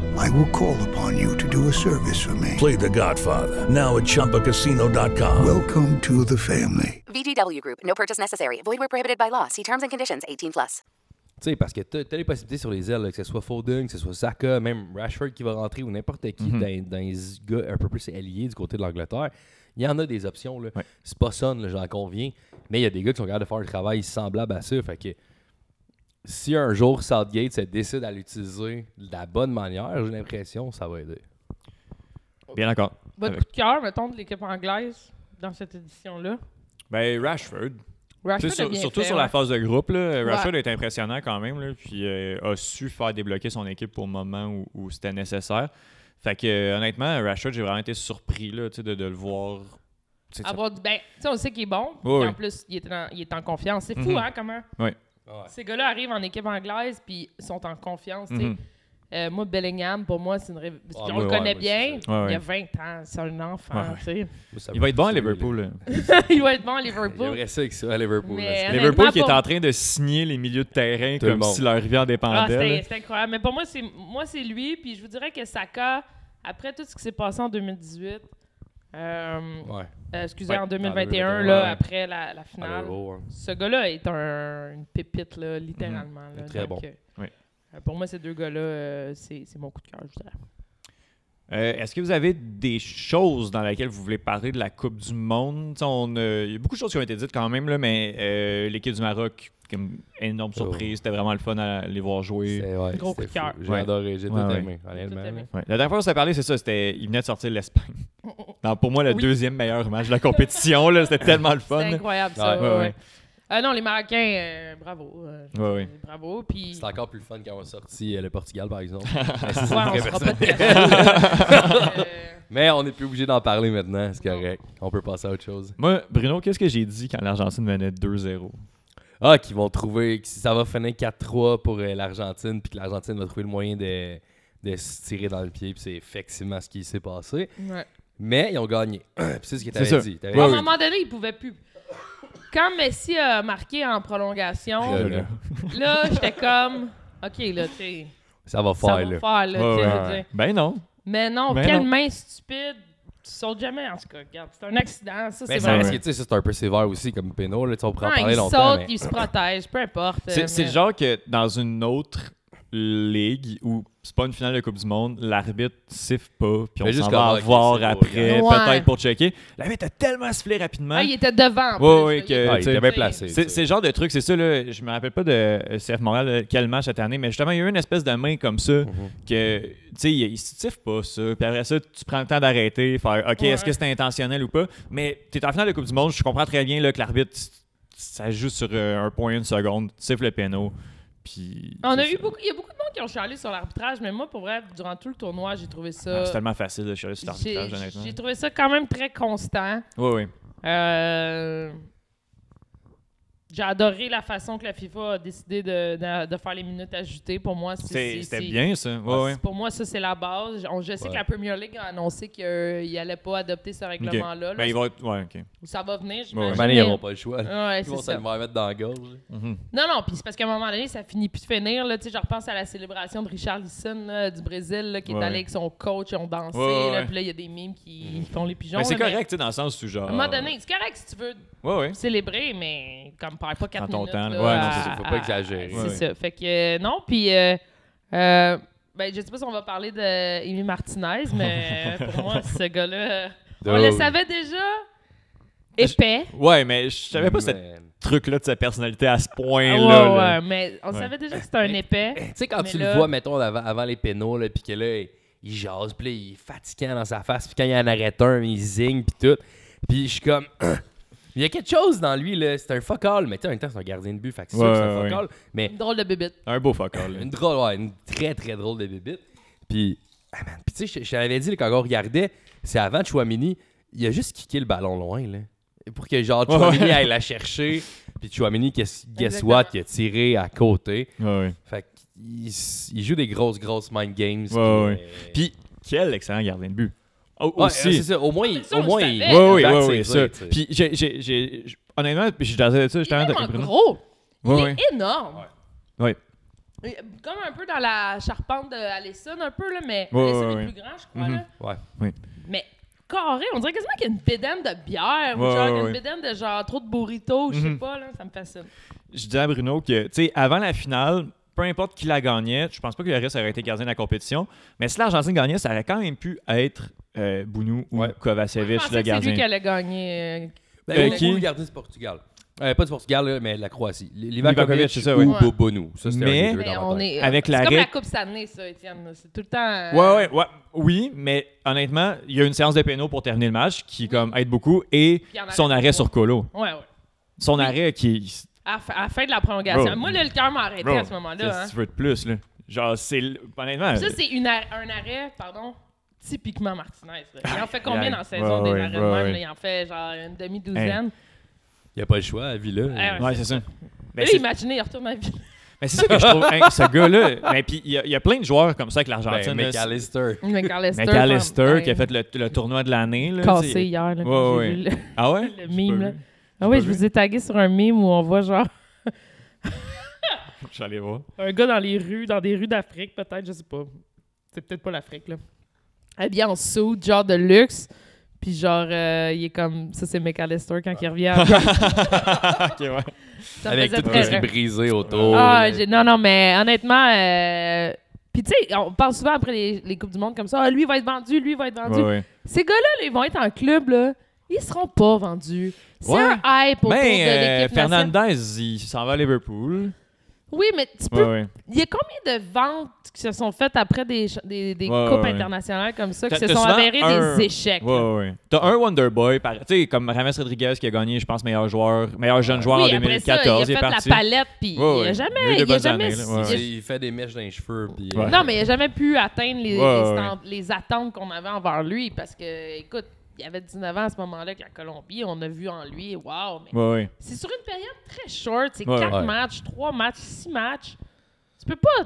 Speaker 6: I will call upon you to do a service for me.
Speaker 7: play The Godfather now at ChumbaCasino.com.
Speaker 6: Welcome to the family.
Speaker 8: VGW Group. No purchase necessary. Void where prohibited by law. See terms and conditions. 18 plus.
Speaker 5: tu sais, parce que t'as t'as les possibilités sur les ailes, là, que ce soit Foden, que ce soit Saka, même Rashford qui va rentrer ou n'importe qui
Speaker 4: Mhm.
Speaker 5: dans, dans les gars un peu plus alliés du côté de l'Angleterre. Il y en a des options. là.
Speaker 4: Ouais.
Speaker 5: C'est pas son, là, j'en conviens. Mais il y a des gars qui sont capables de faire un travail semblable à ça. Fait que si un jour Southgate se décide à l'utiliser de la bonne manière, j'ai l'impression ça va aider.
Speaker 4: Bien d'accord.
Speaker 1: Votre
Speaker 4: Avec-
Speaker 1: coup de cœur, mettons, de l'équipe anglaise dans cette édition-là.
Speaker 4: Ben, Rashford. Tu
Speaker 1: Rashford
Speaker 4: sais,
Speaker 1: a
Speaker 4: sur-
Speaker 1: bien
Speaker 4: surtout
Speaker 1: fait,
Speaker 4: sur
Speaker 1: ouais.
Speaker 4: la phase de groupe, là, Rashford est impressionnant quand même, là, puis euh, a su faire débloquer son équipe au moment où, où c'était nécessaire. Fait que euh, honnêtement, Rashford, j'ai vraiment été surpris là, tu sais, de, de le voir. tu sais, de sa-
Speaker 1: Avoir du- ben, tu sais, on sait qu'il est bon.
Speaker 4: Oui,
Speaker 1: puis
Speaker 4: oui.
Speaker 1: En plus, il est, en, il est en confiance. C'est fou,
Speaker 4: Mhm.
Speaker 1: hein, comment
Speaker 4: Ouais.
Speaker 1: ces gars-là arrivent en équipe anglaise puis sont en confiance. tu sais.
Speaker 4: Mhm.
Speaker 1: Euh, moi, Bellingham, pour moi, c'est une. ré- parce
Speaker 5: Ah,
Speaker 1: qu'on
Speaker 5: moi,
Speaker 1: le
Speaker 5: ouais,
Speaker 1: connaît
Speaker 5: moi aussi,
Speaker 1: bien.
Speaker 4: ça. Ouais,
Speaker 1: Il y a
Speaker 4: ouais.
Speaker 1: 20 ans. C'est un enfant.
Speaker 4: Ouais, ouais.
Speaker 1: tu sais.
Speaker 4: Il va être bon à Liverpool. là.
Speaker 1: il va être bon à Liverpool.
Speaker 5: J'aimerais ça que ça à Liverpool.
Speaker 1: Mais-
Speaker 5: parce que-
Speaker 1: Honnêtement,
Speaker 4: Liverpool qui est
Speaker 1: pour-
Speaker 4: en train de signer les milieux de terrain
Speaker 5: Tout le
Speaker 4: comme
Speaker 5: monde.
Speaker 4: si leur vie en
Speaker 1: Ah,
Speaker 4: dépendait. là.
Speaker 1: c'est c'est incroyable. Mais pour moi, c'est moi c'est lui. Puis je vous dirais que Saka, après tout ce qui s'est passé en 2018, euh,
Speaker 5: Ouais,
Speaker 1: euh, excusez,
Speaker 4: Ouais,
Speaker 1: en
Speaker 4: en
Speaker 1: 2021,
Speaker 5: 2021,
Speaker 1: là,
Speaker 5: ouais.
Speaker 1: après la, la
Speaker 5: à
Speaker 4: oh,
Speaker 1: finale,
Speaker 5: l'Euro, hein.
Speaker 1: ce gars-là est un- une pépite, là, littéralement. là.
Speaker 5: Mhm. Très
Speaker 1: Donc,
Speaker 5: bon.
Speaker 1: euh,
Speaker 4: Oui.
Speaker 1: euh, pour moi, ces deux gars-là, euh, c'est c'est mon coup de cœur, je dirais.
Speaker 4: Euh, Est-ce que vous avez des choses dans lesquelles vous voulez parler de la Coupe du Monde? Tu sais, on, euh, Il y a beaucoup de choses qui ont été dites quand même, là, mais euh, l'équipe du Maroc, comme énorme surprise, c'était vraiment le fun à les voir jouer.
Speaker 5: Oh. C'est- ouais,
Speaker 1: Gros coup
Speaker 5: c'était
Speaker 1: de cœur.
Speaker 5: fou. J'ai
Speaker 4: Ouais.
Speaker 5: adoré, j'ai
Speaker 4: Ouais,
Speaker 5: tout
Speaker 4: ouais.
Speaker 5: aimé. honnêtement,
Speaker 1: Tout aimé.
Speaker 5: là.
Speaker 4: Ouais. La dernière fois qu'on s'est parlé, c'est ça, c'était il venait de sortir de l'Espagne. Dans, pour moi, le
Speaker 1: Oui.
Speaker 4: deuxième meilleur match de la compétition, là, c'était tellement le fun.
Speaker 1: C'est incroyable, ça.
Speaker 4: Ouais,
Speaker 1: ouais,
Speaker 4: ouais,
Speaker 1: ouais. Euh, non, les Marocains, euh, bravo. euh, je
Speaker 4: Ouais,
Speaker 1: dis
Speaker 4: ouais.
Speaker 1: Bravo. Puis,
Speaker 5: C'est encore plus le fun quand on a sorti euh, le Portugal, par exemple.
Speaker 1: Ouais, on sera pas de Euh,
Speaker 5: Mais on n'est plus obligé d'en parler maintenant, c'est correct. On peut passer à autre chose.
Speaker 4: Moi, Bruno, qu'est-ce que j'ai dit quand l'Argentine menait 2-0?
Speaker 5: Ah, qu'ils vont trouver, que si ça va finir 4-3 pour euh, l'Argentine, puis que l'Argentine va trouver le moyen de, de se tirer dans le pied, puis c'est effectivement ce qui s'est passé.
Speaker 1: ouais.
Speaker 5: Mais ils ont gagné. puis c'est ce que
Speaker 4: C'est
Speaker 5: t'avais
Speaker 4: ça.
Speaker 5: dit. T'avais
Speaker 1: À
Speaker 4: Ouais,
Speaker 1: un
Speaker 4: oui.
Speaker 1: moment donné, ils pouvaient plus. Quand Messi a marqué en prolongation,
Speaker 5: dit, euh, là, là,
Speaker 1: là, j'étais comme, OK, là, tu sais,
Speaker 5: ça va
Speaker 1: ça
Speaker 5: faire,
Speaker 1: va
Speaker 5: là.
Speaker 1: faire, là,
Speaker 4: Ouais,
Speaker 1: tu sais,
Speaker 4: ouais,
Speaker 1: je veux
Speaker 4: ouais.
Speaker 1: dire.
Speaker 4: Ben non.
Speaker 1: Mais non,
Speaker 4: Mais
Speaker 1: quelle
Speaker 4: non.
Speaker 1: main stupide. Tu sautes jamais, en tout cas. Regarde, c'est un accident, ça, c'est
Speaker 5: Mais ça
Speaker 1: vrai.
Speaker 5: reste que, tu sais, ça, c'est un peu sévère aussi comme péno, là, tu sais, on pourrait en
Speaker 1: Non,
Speaker 5: parler
Speaker 1: Ah, il
Speaker 5: longtemps.
Speaker 1: saute,
Speaker 5: mais-
Speaker 1: il se protège, peu importe.
Speaker 4: C'est c'est le genre que dans une autre ligue où c'est pas une finale de Coupe du Monde, l'arbitre siffle pas, puis on
Speaker 5: Mais
Speaker 4: s'en
Speaker 5: juste
Speaker 4: va
Speaker 5: comme,
Speaker 4: la
Speaker 5: ok,
Speaker 4: voir
Speaker 5: c'est beau,
Speaker 4: après,
Speaker 1: regarde. Ouais.
Speaker 4: peut-être pour checker. L'arbitre a tellement sifflé rapidement.
Speaker 1: Ah, il était devant. en
Speaker 4: Ouais,
Speaker 1: plus,
Speaker 4: ouais,
Speaker 1: là, était-
Speaker 5: Ah,
Speaker 4: hein? que- Ah, il
Speaker 5: il
Speaker 4: était
Speaker 5: était
Speaker 1: bien
Speaker 5: bien
Speaker 1: placé,
Speaker 5: placé.
Speaker 4: C'est c'est le genre de truc, c'est ça, là, je me rappelle pas de euh, CF Montréal, euh, quel match cette année, mais justement, il y a eu une espèce de main comme ça
Speaker 5: Mm-hmm.
Speaker 4: que, tu sais, il, il se tiffe pas ça. Puis après ça, tu prends le temps d'arrêter, faire OK, est-ce
Speaker 1: Ouais.
Speaker 4: que c'était intentionnel ou pas. Mais tu es en finale de Coupe du Monde, je comprends très bien là, que l'arbitre, ça joue sur euh, 1,1 seconde, tu siffles le péno. Puis.
Speaker 1: On a
Speaker 4: c'est
Speaker 1: eu
Speaker 4: ça.
Speaker 1: beaucoup, il y a beaucoup de monde qui ont chialé sur l'arbitrage, mais moi, pour vrai, durant tout le tournoi, j'ai trouvé
Speaker 4: Ah,
Speaker 1: ça.
Speaker 4: c'est tellement facile de chialer sur
Speaker 1: j'ai-
Speaker 4: l'arbitrage, honnêtement.
Speaker 1: j'ai trouvé ça quand même très constant.
Speaker 4: Oui, oui.
Speaker 1: Euh, J'ai adoré la façon que la FIFA a décidé de, de- de faire les minutes ajoutées. Pour moi, c'est-
Speaker 4: C'est-
Speaker 1: c'est-
Speaker 4: C'était
Speaker 1: c'est-
Speaker 4: bien, ça. Ouais,
Speaker 1: c'est-
Speaker 4: ouais.
Speaker 1: Pour moi, ça, c'est la base. On- je sais que la Premier League a annoncé qu'il n'allait pas adopter ce
Speaker 4: OK.
Speaker 1: règlement-là. là.
Speaker 4: Ben, il va être- Ouais, OK.
Speaker 1: Ça va venir,
Speaker 4: Ouais, ouais.
Speaker 1: j'imagine.
Speaker 5: Ben, ils n'auront pas le choix. là.
Speaker 1: Ouais,
Speaker 5: Ils vont
Speaker 1: c'est
Speaker 5: se
Speaker 1: ça.
Speaker 5: le mettre dans la gorge.
Speaker 1: Non, non, puis c'est parce qu'à un moment donné, ça finit plus de finir. Là, Tu sais, je repense à la célébration de Richard Lisson là, du Brésil là, qui
Speaker 4: Ouais.
Speaker 1: est allé avec son coach, ils ont dansé.
Speaker 4: Ouais, ouais,
Speaker 1: là,
Speaker 4: ouais.
Speaker 1: Puis là, il y a des mimes qui font les pigeons.
Speaker 4: Ben, c'est
Speaker 1: là, mais
Speaker 4: correct, Euh, tu sais, dans le sens où genre.
Speaker 1: À un moment donné, c'est correct si tu veux
Speaker 4: Ouais, ouais.
Speaker 1: célébrer, mais comme perds pas 4
Speaker 4: Prends ton
Speaker 1: minutes. là,
Speaker 4: temps, là. Ouais,
Speaker 1: à-
Speaker 4: non, c'est
Speaker 5: ça, faut pas
Speaker 1: à-
Speaker 5: exagérer.
Speaker 1: C'est
Speaker 4: Ouais,
Speaker 1: ça. Fait que euh, non, puis euh, euh, ben, je sais pas si on va parler de Amy Martinez, mais euh, pour moi, ce gars-là, euh, on
Speaker 5: Oh,
Speaker 1: le
Speaker 5: oui.
Speaker 1: savait déjà. Épais.
Speaker 4: Ouais, mais je savais pas ce
Speaker 5: Mais-
Speaker 4: truc-là de sa personnalité à ce
Speaker 1: Ah,
Speaker 4: point-là.
Speaker 1: ouais,
Speaker 4: là.
Speaker 1: ouais, mais on
Speaker 4: Ouais.
Speaker 1: savait déjà que c'était un épais.
Speaker 5: Tu sais, quand
Speaker 1: Mais
Speaker 5: tu
Speaker 1: là-
Speaker 5: le vois, mettons, avant, avant les pénaux, là, puis que là, il, il jase, puis là, il est fatiguant dans sa face, puis quand il en arrête un, il zigne, puis tout. Puis je suis comme. il y a quelque chose dans lui, là. C'est un fuck all, mais tu sais, en même temps, c'est un gardien de but, fait que c'est sûr
Speaker 4: Ouais,
Speaker 5: que c'est un
Speaker 4: ouais,
Speaker 5: fuck all. Mais
Speaker 1: Une drôle de bébite.
Speaker 4: Un beau fuck all, là.
Speaker 5: une drôle, ouais, une très, très drôle de bébite. Puis, ah, man, puis tu sais, je, je l'avais dit, là, quand on regardait, c'est avant Chouamini, il a juste kické le ballon loin, là. Pour que, genre,
Speaker 4: Ouais,
Speaker 5: Chouamini
Speaker 4: ouais.
Speaker 5: aille la chercher, puis Chouamini, guess, guess
Speaker 1: Exactement.
Speaker 5: what, il a tiré à côté.
Speaker 4: Ouais, ouais.
Speaker 5: Fait qu'il s- il joue des grosses, grosses mind games.
Speaker 4: Ouais, ouais.
Speaker 5: Puis,
Speaker 4: Puis, quel excellent gardien de but. Au-
Speaker 5: euh, ouais,
Speaker 4: aussi.
Speaker 5: c'est ça. Au moins, il-
Speaker 1: ça, on
Speaker 5: au moins,
Speaker 1: le
Speaker 5: il-
Speaker 1: savait.
Speaker 4: Ouais, ouais,
Speaker 5: back
Speaker 4: ouais,
Speaker 5: ses
Speaker 4: ouais,
Speaker 5: tirs,
Speaker 4: ça.
Speaker 5: tu sais.
Speaker 4: Puis, j'ai, j'ai, j'ai, j'- honnêtement, puis j'étais en train de ça,
Speaker 1: Il
Speaker 4: j'étais
Speaker 1: est
Speaker 4: en train
Speaker 1: vraiment
Speaker 4: de-
Speaker 1: gros. Il
Speaker 4: Ouais, ouais.
Speaker 1: est énorme.
Speaker 4: Ouais.
Speaker 1: Et, euh, Comme un peu dans la charpente de Allison, un peu, là, mais
Speaker 4: Ouais,
Speaker 1: Allison
Speaker 4: ouais,
Speaker 1: est
Speaker 4: ouais. Mm-hmm.
Speaker 1: plus grand, je crois. là.
Speaker 4: euh,
Speaker 5: Ouais.
Speaker 1: Mais carré, on dirait quasiment qu'il y a une bédaine de bière, ou
Speaker 4: Ouais,
Speaker 1: genre qu'il y a
Speaker 4: ouais, ouais. Mm-hmm.
Speaker 1: une bédaine de genre trop de burritos, ou je sais pas, là, ça me fascine.
Speaker 4: Je disais à Bruno que, tu sais, avant la finale, peu importe qui la gagnait, je pense pas que le reste aurait été gardien de la compétition, mais si l'Argentine gagnait, ça aurait quand même pu être euh, Bounou ou
Speaker 5: Ouais.
Speaker 1: Je
Speaker 4: Kovacevic,
Speaker 1: pensais
Speaker 4: le
Speaker 1: que c'est lui qui
Speaker 4: gardien.
Speaker 1: allait gagner. euh,
Speaker 4: Euh,
Speaker 5: Ben,
Speaker 4: qui?
Speaker 5: qui? le gardien du Portugal. Euh, pas du Portugal, là, mais de la Croatie. L-
Speaker 4: Livakovic,
Speaker 5: Livakovic,
Speaker 4: c'est ça,
Speaker 5: ou
Speaker 1: ouais.
Speaker 5: Bobonou. Ça, c'était
Speaker 4: Mais-
Speaker 5: un des deux
Speaker 1: mais
Speaker 5: dans ma
Speaker 1: Ben, on
Speaker 5: tête.
Speaker 1: est, euh,
Speaker 4: Avec
Speaker 1: c'est
Speaker 4: la
Speaker 1: comme
Speaker 4: ré-
Speaker 1: la Coupe Stanley, ça, Étienne. là. C'est tout le temps. euh,
Speaker 4: Ouais, ouais, ouais. Oui, mais honnêtement, il y a une séance de pénaux pour terminer le match qui comme aide beaucoup et
Speaker 1: Puis en arrêt
Speaker 4: son
Speaker 1: trois.
Speaker 4: arrêt sur Colo.
Speaker 1: Ouais, ouais.
Speaker 4: Son arrêt qui
Speaker 1: À, la fin- à la fin de la prolongation.
Speaker 4: Bro.
Speaker 1: Moi, là, le cœur m'a arrêté
Speaker 4: Bro,
Speaker 1: à ce moment-là.
Speaker 4: Qu'est-ce
Speaker 1: hein.
Speaker 4: que tu veux de plus, là? Genre, c'est. l- Honnêtement.
Speaker 1: Ça, c'est une ar- un arrêt, pardon, typiquement Martinez. là. Il en fait combien
Speaker 4: aïe.
Speaker 1: dans la saison
Speaker 4: Ouais,
Speaker 1: des
Speaker 4: ouais,
Speaker 1: arrêts de
Speaker 4: ouais,
Speaker 1: même,
Speaker 4: ouais.
Speaker 1: là? Il en fait genre une demi-douzaine.
Speaker 5: Il n'y a pas le choix à Villa.
Speaker 1: Ah,
Speaker 4: euh, Ouais, c'est ça.
Speaker 1: Là,
Speaker 4: Mais c'est
Speaker 1: imaginez, il retourne à Ville.
Speaker 4: mais c'est ça que je trouve. hein, ce gars-là. Mais puis, il y, a- il y a plein de joueurs comme ça avec l'Argentine.
Speaker 5: Ben,
Speaker 4: là.
Speaker 5: McAllister.
Speaker 1: McAllister.
Speaker 4: McAllister qui a
Speaker 1: ouais.
Speaker 4: fait le, le tournoi de l'année. là, tu
Speaker 1: cassé
Speaker 4: sais.
Speaker 1: hier, là,
Speaker 4: Ouais,
Speaker 1: quand
Speaker 4: ouais.
Speaker 1: j'ai vu le-
Speaker 4: Ah ouais?
Speaker 1: le
Speaker 4: J'ai
Speaker 1: mime,
Speaker 4: pas
Speaker 1: là.
Speaker 4: vu.
Speaker 1: Ah oui,
Speaker 4: pas
Speaker 1: je
Speaker 4: vu.
Speaker 1: vous ai tagué sur un mime où on voit genre
Speaker 4: J'allais voir.
Speaker 1: un gars dans les rues, dans des rues d'Afrique, peut-être, je sais pas. C'est peut-être pas l'Afrique, là. Habillé en saut, genre de luxe. Puis genre, euh, il est comme... Ça, c'est McAllister quand il revient.
Speaker 4: Ok, ouais.
Speaker 1: Ça me
Speaker 5: Avec
Speaker 1: faisait
Speaker 5: tout
Speaker 1: très
Speaker 5: ce qui est
Speaker 1: rire.
Speaker 5: brisé
Speaker 4: Oh,
Speaker 5: autour.
Speaker 1: Ah,
Speaker 5: là.
Speaker 1: j'ai- non, non, mais honnêtement... euh, Puis tu sais, on parle souvent après les, les Coupes du Monde comme ça. Ah, lui va être vendu, lui va être vendu.
Speaker 4: Ouais, ouais.
Speaker 1: Ces gars-là, là, ils vont être en club, là. Ils seront pas vendus. C'est
Speaker 4: Ouais.
Speaker 1: un hype autour de
Speaker 4: Mais euh,
Speaker 1: l'équipe nationale.
Speaker 4: Fernandez, il s'en va à Liverpool.
Speaker 1: Oui, mais tu
Speaker 4: Ouais,
Speaker 1: peux
Speaker 4: ouais.
Speaker 1: Il y a combien de ventes qui se sont faites après des, ch- des, des
Speaker 4: Ouais,
Speaker 1: coupes
Speaker 4: ouais.
Speaker 1: internationales comme ça, qui se
Speaker 4: T'as- t'as
Speaker 1: sont
Speaker 4: souvent
Speaker 1: avérées
Speaker 4: un-
Speaker 1: des échecs?
Speaker 4: Ouais,
Speaker 1: là?
Speaker 4: ouais, ouais. T'as un Wonder Boy, par- tu sais, comme Rames Rodriguez qui a gagné, je pense, meilleur joueur, meilleur jeune joueur
Speaker 1: Oui,
Speaker 4: en
Speaker 1: après
Speaker 4: 2014.
Speaker 1: ça, il a fait
Speaker 4: est parti.
Speaker 1: la palette, puis il
Speaker 4: Ouais, ouais.
Speaker 1: a
Speaker 4: Il y a eu
Speaker 1: jamais...
Speaker 4: des
Speaker 1: il a
Speaker 4: bonnes
Speaker 1: jamais
Speaker 4: années, là, ouais,
Speaker 1: il a-
Speaker 4: ouais.
Speaker 5: Il fait des mèches dans les cheveux. Puis, euh,
Speaker 4: Ouais.
Speaker 1: Non, mais il a jamais pu atteindre les,
Speaker 4: Ouais, ouais,
Speaker 1: les stand- les attentes qu'on avait envers lui, parce que, écoute, il avait 19 ans à ce moment-là avec la Colombie, on a vu en lui, wow, mais
Speaker 4: Ouais, ouais.
Speaker 1: c'est sur une période très short, c'est
Speaker 4: Ouais,
Speaker 1: quatre
Speaker 5: ouais.
Speaker 1: matchs, trois matchs, six matchs. Tu peux pas...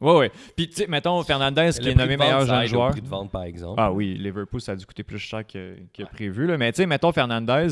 Speaker 4: Ouais, ouais. Puis, tu sais, mettons, Fernandez qui est nommé meilleur jeune
Speaker 5: Le
Speaker 4: joueur.
Speaker 5: prix de vente, par exemple.
Speaker 4: Ah oui, Liverpool, ça a dû coûter plus cher que, que prévu. Là. Mais, tu sais, mettons, Fernandez,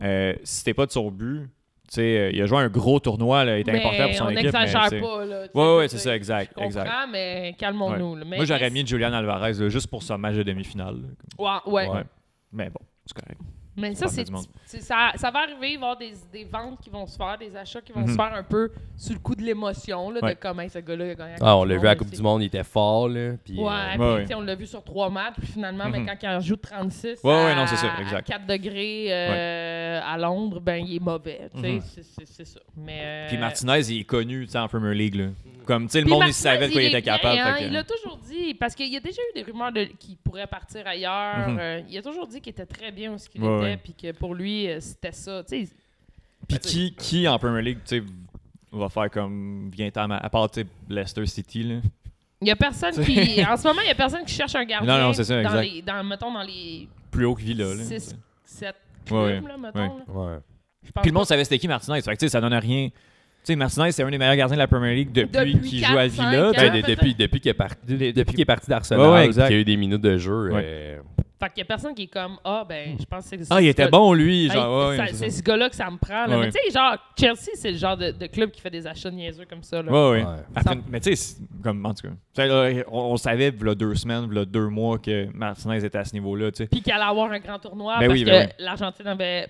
Speaker 4: euh, si t'es pas de son but, tu sais, euh, il a joué un gros tournoi, là, il était
Speaker 1: mais
Speaker 4: important pour son
Speaker 1: on
Speaker 4: équipe. mais,
Speaker 1: n'exagère
Speaker 4: tu sais,
Speaker 1: pas, là. tu sais,
Speaker 4: Ouais, ouais,
Speaker 1: je
Speaker 4: c'est
Speaker 1: veux
Speaker 4: ça,
Speaker 1: dire,
Speaker 4: exact.
Speaker 1: Je
Speaker 4: exact.
Speaker 1: comprends, mais
Speaker 4: Ouais.
Speaker 1: calmons-nous. là. Mais
Speaker 4: Moi, j'aurais
Speaker 1: mais
Speaker 4: mis Julian Alvarez là, juste pour son match de demi-finale. là.
Speaker 1: Ouais, ouais.
Speaker 4: Ouais. Mais bon, c'est correct.
Speaker 1: Mais ça,
Speaker 4: Parfait
Speaker 1: c'est,
Speaker 4: du monde.
Speaker 1: c'est- ça, ça va arriver, il va y avoir des, des ventes qui vont se faire, des achats qui vont
Speaker 4: Mhm.
Speaker 1: se faire un peu sous le coup de l'émotion, là,
Speaker 4: Ouais.
Speaker 1: de comment ce gars-là a gagné la
Speaker 5: Ah, on l'a vu à la
Speaker 1: là,
Speaker 5: Coupe
Speaker 1: c'est-
Speaker 5: du Monde, il était fort, là. Puis,
Speaker 1: Ouais,
Speaker 5: euh,
Speaker 1: puis
Speaker 4: Ouais,
Speaker 1: tu sais, on l'a vu sur trois matchs, puis finalement, ben,
Speaker 4: Mhm.
Speaker 1: quand il en joue 36
Speaker 4: Ouais,
Speaker 1: à,
Speaker 4: ouais, non, c'est ça, exact.
Speaker 1: à 4 degrés euh, à Londres, ben il est mauvais. tu sais,
Speaker 4: Mhm.
Speaker 1: c'est- c'est- C'est ça. Mais,
Speaker 4: Puis
Speaker 1: euh,
Speaker 4: Martinez, il est connu tu sais, en Premier League. Là. Comme, tu sais, le
Speaker 1: puis
Speaker 4: monde, il
Speaker 1: Martinez,
Speaker 4: savait de quoi il
Speaker 1: est
Speaker 4: était
Speaker 1: bien,
Speaker 4: capable.
Speaker 1: hein,
Speaker 4: fait que-
Speaker 1: Il l'a toujours dit, parce qu'il y a déjà eu des rumeurs de, qu'il pourrait partir ailleurs.
Speaker 4: Mhm.
Speaker 1: euh, il a toujours dit qu'il était très bien où ce qu'il
Speaker 4: Ouais,
Speaker 1: était,
Speaker 4: ouais.
Speaker 1: puis que pour lui, euh, c'était ça. Tu sais, Ben,
Speaker 4: Puis qui, qui en Premier League, tu sais, va faire comme. Vient à, ma- à part, tu sais, Leicester City, là.
Speaker 1: Il y a personne qui. en ce moment, il y a personne qui cherche un gardien.
Speaker 4: Non, non, c'est ça,
Speaker 1: dans
Speaker 4: exact.
Speaker 1: Les, dans, mettons, dans les
Speaker 4: Plus haut que Villa, là.
Speaker 1: 6, 7 clubs,
Speaker 4: Ouais, ouais,
Speaker 1: là, mettons.
Speaker 4: ouais.
Speaker 1: là.
Speaker 5: euh, ouais.
Speaker 1: Je pense
Speaker 4: Puis le monde
Speaker 1: pas-
Speaker 4: savait c'était qui Martinez. Fait que, tu sais, ça donne rien. Tu sais, Martinez, c'est un des meilleurs gardiens de la Premier League depuis,
Speaker 1: Depuis
Speaker 4: qu'il
Speaker 1: quatre,
Speaker 4: joue à
Speaker 1: cinq
Speaker 4: Villa.
Speaker 1: ans.
Speaker 4: tu sais.
Speaker 5: Ben, de- depuis depuis qu'il est parti, depuis qu'il est parti d'Arsenal,
Speaker 4: Ouais, ouais,
Speaker 5: puis
Speaker 4: exact.
Speaker 5: qu'il y a eu des minutes de jeu.
Speaker 4: Ouais.
Speaker 5: euh,
Speaker 1: Fait qu'il y a personne qui est comme Ah, ben, je pense que c'est.
Speaker 4: Ah, il était
Speaker 1: ce-
Speaker 4: bon, lui.
Speaker 1: Hey,
Speaker 4: Genre,
Speaker 1: Ben,
Speaker 4: ouais,
Speaker 1: ça-
Speaker 4: ouais,
Speaker 1: c'est
Speaker 4: c'est ça.
Speaker 1: ce gars-là que ça me prend. là.
Speaker 4: Ouais,
Speaker 1: Mais tu sais, genre, Chelsea, c'est le genre de, de club qui fait des achats niaiseux comme ça. Là.
Speaker 4: Ouais, ouais.
Speaker 5: Ouais.
Speaker 4: Après, mais tu sais, c'est comme, en tout cas, tu sais, là, on, on savait, v'là deux semaines, v'là deux mois, que Martinez était à ce niveau-là, tu sais.
Speaker 1: Puis qu'il allait avoir un grand tournoi
Speaker 4: Ben
Speaker 1: parce
Speaker 4: oui, ben
Speaker 1: que l'Argentine avait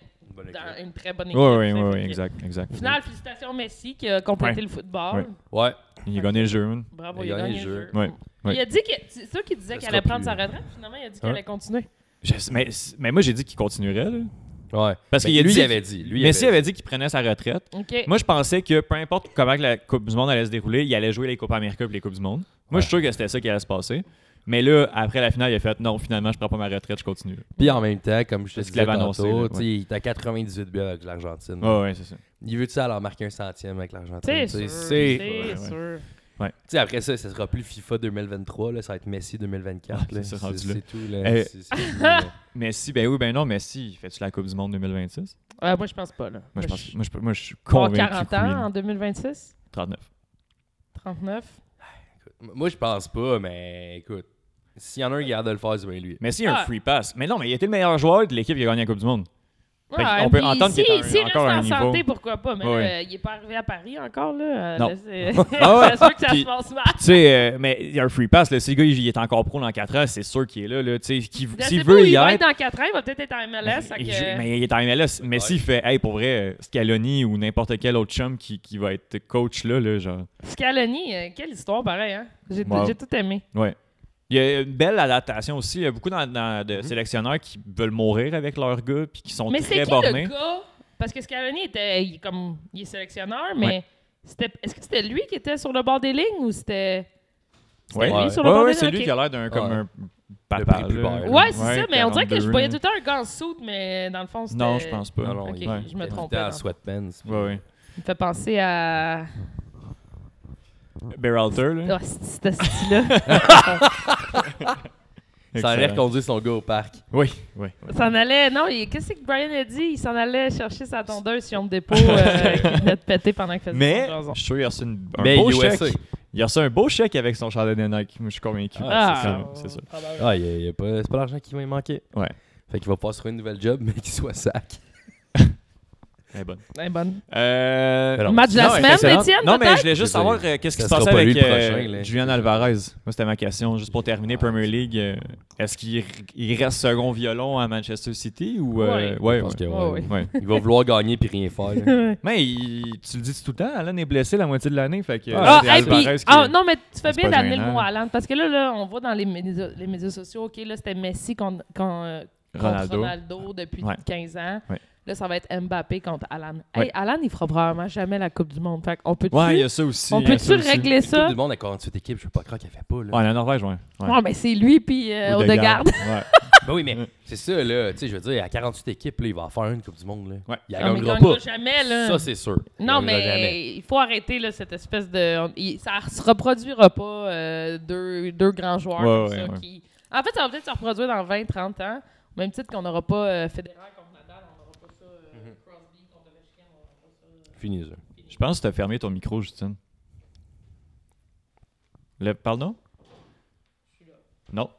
Speaker 1: dans une très bonne équipe.
Speaker 4: Ouais, ouais,
Speaker 1: tu sais,
Speaker 4: ouais,
Speaker 1: fait
Speaker 4: ouais,
Speaker 1: que-
Speaker 4: exact, exact.
Speaker 1: Au final, félicitations Messi qui a complété
Speaker 4: Ouais.
Speaker 1: le football.
Speaker 4: Ouais.
Speaker 5: ouais.
Speaker 4: Il a gagné le jeu, man.
Speaker 1: Bravo,
Speaker 5: Il
Speaker 1: il a gagné le jeu.
Speaker 4: Ouais. Ouais.
Speaker 1: Il a dit que. C'est ça euh, qui disait
Speaker 5: Ça
Speaker 1: qu'il allait
Speaker 5: sera
Speaker 1: prendre
Speaker 5: plus-
Speaker 1: sa retraite. Finalement, il a dit qu'il
Speaker 4: Hein?
Speaker 1: allait continuer.
Speaker 4: Je sais- mais, mais moi, j'ai dit qu'il continuerait, là.
Speaker 5: Ouais.
Speaker 4: Parce
Speaker 5: Ben,
Speaker 4: qu'il a
Speaker 5: lui,
Speaker 4: dit-
Speaker 5: il avait dit. Lui, il
Speaker 4: Messi
Speaker 5: avait
Speaker 4: avait dit qu'il prenait sa retraite.
Speaker 1: OK.
Speaker 4: Moi, je pensais que peu importe comment que la Coupe du Monde allait se dérouler, il allait jouer les Coupes Américaines et les Coupes du Monde. Moi, je suis sûr que c'était ça qui allait se passer. Mais là, après la finale, il a fait non, finalement, je prends pas ma retraite, je continue.
Speaker 5: Puis en même temps, comme je te
Speaker 4: Parce qu'il
Speaker 5: disais
Speaker 4: l'avait annoncé,
Speaker 5: tantôt,
Speaker 4: là,
Speaker 5: tu sais,
Speaker 4: ouais.
Speaker 5: il est à 98 buts avec l'Argentine.
Speaker 4: Ouais, ouais, c'est ça.
Speaker 5: Il veut-tu alors marquer un centième avec
Speaker 1: C'est
Speaker 5: l'Argentine? tu
Speaker 1: sûr.
Speaker 5: sais? C'est- Tu
Speaker 1: C'est
Speaker 4: ouais.
Speaker 1: sûr.
Speaker 5: sais, Après ça, ce sera plus le FIFA 2023, là, ça va être Messi 2024.
Speaker 4: Ah,
Speaker 5: là.
Speaker 4: c'est ça,
Speaker 5: C'est
Speaker 4: rendu là.
Speaker 5: c'est tout. là.
Speaker 4: Euh,
Speaker 5: C'est- c'est fini, là.
Speaker 4: Messi, ben oui, ben non, Messi, fais-tu la Coupe du Monde 2026
Speaker 1: Ah, moi, je pense pas. Là.
Speaker 4: Moi, je, pense,
Speaker 1: Moi,
Speaker 4: moi, je, moi, je suis
Speaker 1: je- Avoir
Speaker 4: convaincu.
Speaker 1: 40
Speaker 4: que oui,
Speaker 1: ans
Speaker 4: là.
Speaker 1: en 2026,
Speaker 4: 39.
Speaker 1: 39.
Speaker 5: Moi, je pense pas, mais écoute, s'il y en a un qui a l'air de le faire, c'est bien lui.
Speaker 4: Messi a un
Speaker 1: Ah.
Speaker 4: free pass. Mais non, mais il était le meilleur joueur de l'équipe qui a gagné la Coupe du Monde. Fait qu'on
Speaker 1: Ouais,
Speaker 4: peut
Speaker 1: puis
Speaker 4: entendre qu'il est
Speaker 1: s'il-
Speaker 4: un-
Speaker 1: s'il reste
Speaker 4: encore à un
Speaker 1: en
Speaker 4: niveau.
Speaker 1: santé, pourquoi pas. Mais là,
Speaker 4: Ouais.
Speaker 1: euh, il est pas arrivé à Paris encore. là. Euh,
Speaker 4: Non.
Speaker 1: là, C'est
Speaker 4: Ah ouais.
Speaker 1: c'est sûr que ça
Speaker 4: Puis-
Speaker 1: se passe mal.
Speaker 4: Tu sais, euh, mais il y a un free pass. Là. Si le gars il il est encore pro dans 4 ans, c'est sûr qu'il est là. là. Tu sais, qu'il-
Speaker 1: Je
Speaker 4: S'il
Speaker 1: sais pas où
Speaker 4: veut,
Speaker 1: il
Speaker 4: y
Speaker 1: va
Speaker 4: être.
Speaker 1: être dans 4 ans, il va peut-être être en MLS. fait
Speaker 4: Il
Speaker 1: que- euh,
Speaker 4: joue- mais il est en MLS. Mais s'il fait, hey, pour vrai, euh, Scaloni ou n'importe quel autre chum qui, qui va être coach là, là genre.
Speaker 1: Scaloni, euh, quelle histoire pareil. Hein? J'ai
Speaker 4: Wow.
Speaker 1: j'ai tout aimé.
Speaker 4: Ouais. Il y a une belle adaptation aussi. Il y a beaucoup dans- dans-
Speaker 5: Mm-hmm.
Speaker 4: de sélectionneurs qui veulent mourir avec leur gars puis qui sont
Speaker 1: Mais c'est
Speaker 4: très
Speaker 1: qui
Speaker 4: bornés.
Speaker 1: le gars? Parce que Scaloni était il est comme il est sélectionneur, mais c'était est-ce que c'était lui qui était sur le bord des lignes ou c'était
Speaker 4: Ouais,
Speaker 1: lui
Speaker 4: ouais,
Speaker 1: sur le
Speaker 4: ouais,
Speaker 1: bord des
Speaker 4: c'est
Speaker 1: lignes,
Speaker 4: lui
Speaker 1: ok.
Speaker 4: qui a l'air d'un comme
Speaker 5: Ouais.
Speaker 4: un papa.
Speaker 5: Le prix plus
Speaker 4: là.
Speaker 5: bas, là.
Speaker 1: Ouais, c'est ça, mais on dirait que je
Speaker 4: 42,
Speaker 1: voyais
Speaker 4: là.
Speaker 1: tout le temps un gars en soute, mais dans le fond, c'était
Speaker 4: Non, je pense pas.
Speaker 5: Non, non,
Speaker 1: Ok,
Speaker 5: il
Speaker 4: Ouais.
Speaker 1: je me
Speaker 5: il était
Speaker 1: trompais.
Speaker 5: en
Speaker 1: dans-
Speaker 5: sweatpants.
Speaker 4: Ouais, ouais.
Speaker 1: Il me fait penser à
Speaker 4: Hein? Berhalter, là.
Speaker 1: oh, c'était ce style-là.
Speaker 5: Ça a l'air
Speaker 4: Excellent.
Speaker 5: qu'on dit son gars au parc.
Speaker 4: Oui, oui.
Speaker 1: Il s'en allait, non, il- qu'est-ce que Brian a dit? Il s'en allait chercher sa tondeuse si on me dépôt euh, qui venait de péter pendant qu'il faisait
Speaker 4: Mais
Speaker 1: son blason.
Speaker 4: je suis sûr qu'il a reçu une- un
Speaker 5: Mais
Speaker 4: beau
Speaker 5: USA.
Speaker 4: chèque. Il a reçu un beau chèque avec son chandail des Nike. Moi, je suis convaincu.
Speaker 1: Ah,
Speaker 4: C'est ça, c'est ça.
Speaker 1: probablement.
Speaker 5: Ah, il y a- il y a pas- c'est pas l'argent qui va manquer.
Speaker 4: Ouais.
Speaker 5: Fait qu'il va pas se trouver une nouvelle job, mais qu'il soit sac.
Speaker 4: Très bonne.
Speaker 1: Ben, bonne.
Speaker 4: Euh,
Speaker 5: Alors,
Speaker 1: Match de la
Speaker 4: non,
Speaker 1: semaine,
Speaker 4: excellent.
Speaker 1: Étienne,
Speaker 4: Non, mais je
Speaker 1: peut-être?
Speaker 4: voulais juste
Speaker 5: Je veux
Speaker 4: savoir
Speaker 5: dire,
Speaker 4: euh, qu'est-ce qui
Speaker 5: ça
Speaker 4: se
Speaker 5: sera
Speaker 4: passait
Speaker 5: pas lui
Speaker 4: avec
Speaker 5: le
Speaker 4: euh,
Speaker 5: prochain, là.
Speaker 4: Julian Alvarez. Moi, c'était ma question. Juste pour terminer, Premier League, euh, est-ce qu'il r- il reste second violon à Manchester City ou. euh,
Speaker 1: Ouais.
Speaker 4: ouais,
Speaker 5: Je pense que
Speaker 1: Ouais,
Speaker 5: ouais.
Speaker 1: ouais.
Speaker 4: ouais.
Speaker 5: Il va vouloir gagner puis rien faire. là.
Speaker 4: Mais il- tu le dis tout le temps, Alan est blessé la moitié de l'année. Fait que.
Speaker 1: Ah,
Speaker 4: c'est
Speaker 1: hey, puis-
Speaker 4: Alvarez qui-
Speaker 1: ah, non, mais tu fais
Speaker 4: c'est
Speaker 1: bien
Speaker 4: pas
Speaker 1: d'amener le
Speaker 4: gênant.
Speaker 1: mot à Haaland, parce que là, là, on voit dans les médias, les médias sociaux, OK, là, c'était Messi contre, contre, euh, contre
Speaker 4: Ronaldo.
Speaker 1: Ronaldo. depuis
Speaker 4: Ouais.
Speaker 1: 15 ans.
Speaker 4: Ouais.
Speaker 1: Là, ça va être Mbappé contre Alan.
Speaker 4: Ouais.
Speaker 1: Hey, Alan, il fera probablement jamais la Coupe du Monde. Fait qu'on peut-tu
Speaker 4: Ouais, il y a ça aussi.
Speaker 1: on
Speaker 4: il y a
Speaker 1: peut-tu
Speaker 4: ça aussi.
Speaker 1: régler
Speaker 5: Tout
Speaker 1: ça?
Speaker 5: le monde a 48 équipes, je peux pas croire qu'elle fait pas. Là.
Speaker 4: Ouais, la Norvège, ouais. ouais.
Speaker 1: Non, mais c'est lui puis euh,
Speaker 4: Ou
Speaker 1: Odegaard.
Speaker 4: Ouais.
Speaker 5: Ben oui,
Speaker 4: Mm.
Speaker 5: mais c'est ça, là. Tu sais, je veux dire, à 48 équipes, là, il va en faire une Coupe du Monde. Là.
Speaker 4: Ouais.
Speaker 5: Il la
Speaker 1: Non, mais
Speaker 5: gagnera
Speaker 1: il gagnera
Speaker 5: pas.
Speaker 1: jamais, là.
Speaker 5: Ça, c'est sûr. Il
Speaker 1: Non,
Speaker 5: gagnera jamais.
Speaker 1: mais il faut arrêter là, cette espèce de. on- il- ça se reproduira pas euh, deux, deux grands joueurs
Speaker 4: Ouais,
Speaker 1: comme
Speaker 4: ouais,
Speaker 1: ça.
Speaker 4: ouais.
Speaker 1: Qui... En fait, ça va peut-être se reproduire dans 20, 30 ans, au même titre qu'on n'aura pas euh, Federer contre Nadal, on n'aura pas ça. euh, Crosby contre Ovechkin, on n'aura pas ça.
Speaker 5: Fini, ça.
Speaker 4: Je pense que tu as fermé ton micro, Justine. Le, pardon? Non.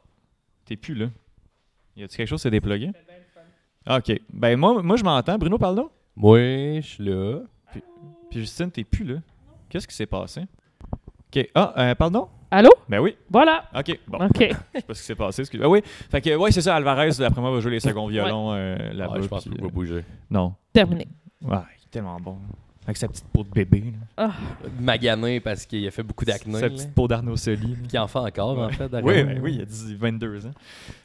Speaker 4: T'es plus là. Y a-tu quelque chose à déploguer? Ah, OK. Ben, moi, moi je m'entends. Bruno, pardon?
Speaker 5: Moi, je suis là.
Speaker 4: Puis Justine, t'es plus là. Qu'est-ce qui s'est passé? OK. Ah, euh, pardon?
Speaker 1: Allô?
Speaker 4: Ben oui.
Speaker 1: Voilà.
Speaker 4: OK. Bon.
Speaker 1: OK.
Speaker 4: Je sais pas ce qui s'est passé. excuse- Ben oui. Fait que, ouais, c'est ça. Alvarez, d'après moi, va jouer les seconds violons euh, là-bas.
Speaker 5: Ah, je pense
Speaker 4: puis,
Speaker 5: qu'il va bouger.
Speaker 4: euh, Non.
Speaker 1: Terminé.
Speaker 4: Ouais, il est tellement bon. Avec sa petite peau de bébé. là.
Speaker 5: Magané parce qu'il a fait beaucoup d'acné.
Speaker 4: Sa
Speaker 5: là.
Speaker 4: petite peau d'Arnaud Soli. là.
Speaker 5: Qui en fait encore, en fait.
Speaker 4: Oui,
Speaker 5: Darren.
Speaker 4: ben oui, il a 10 22 ans.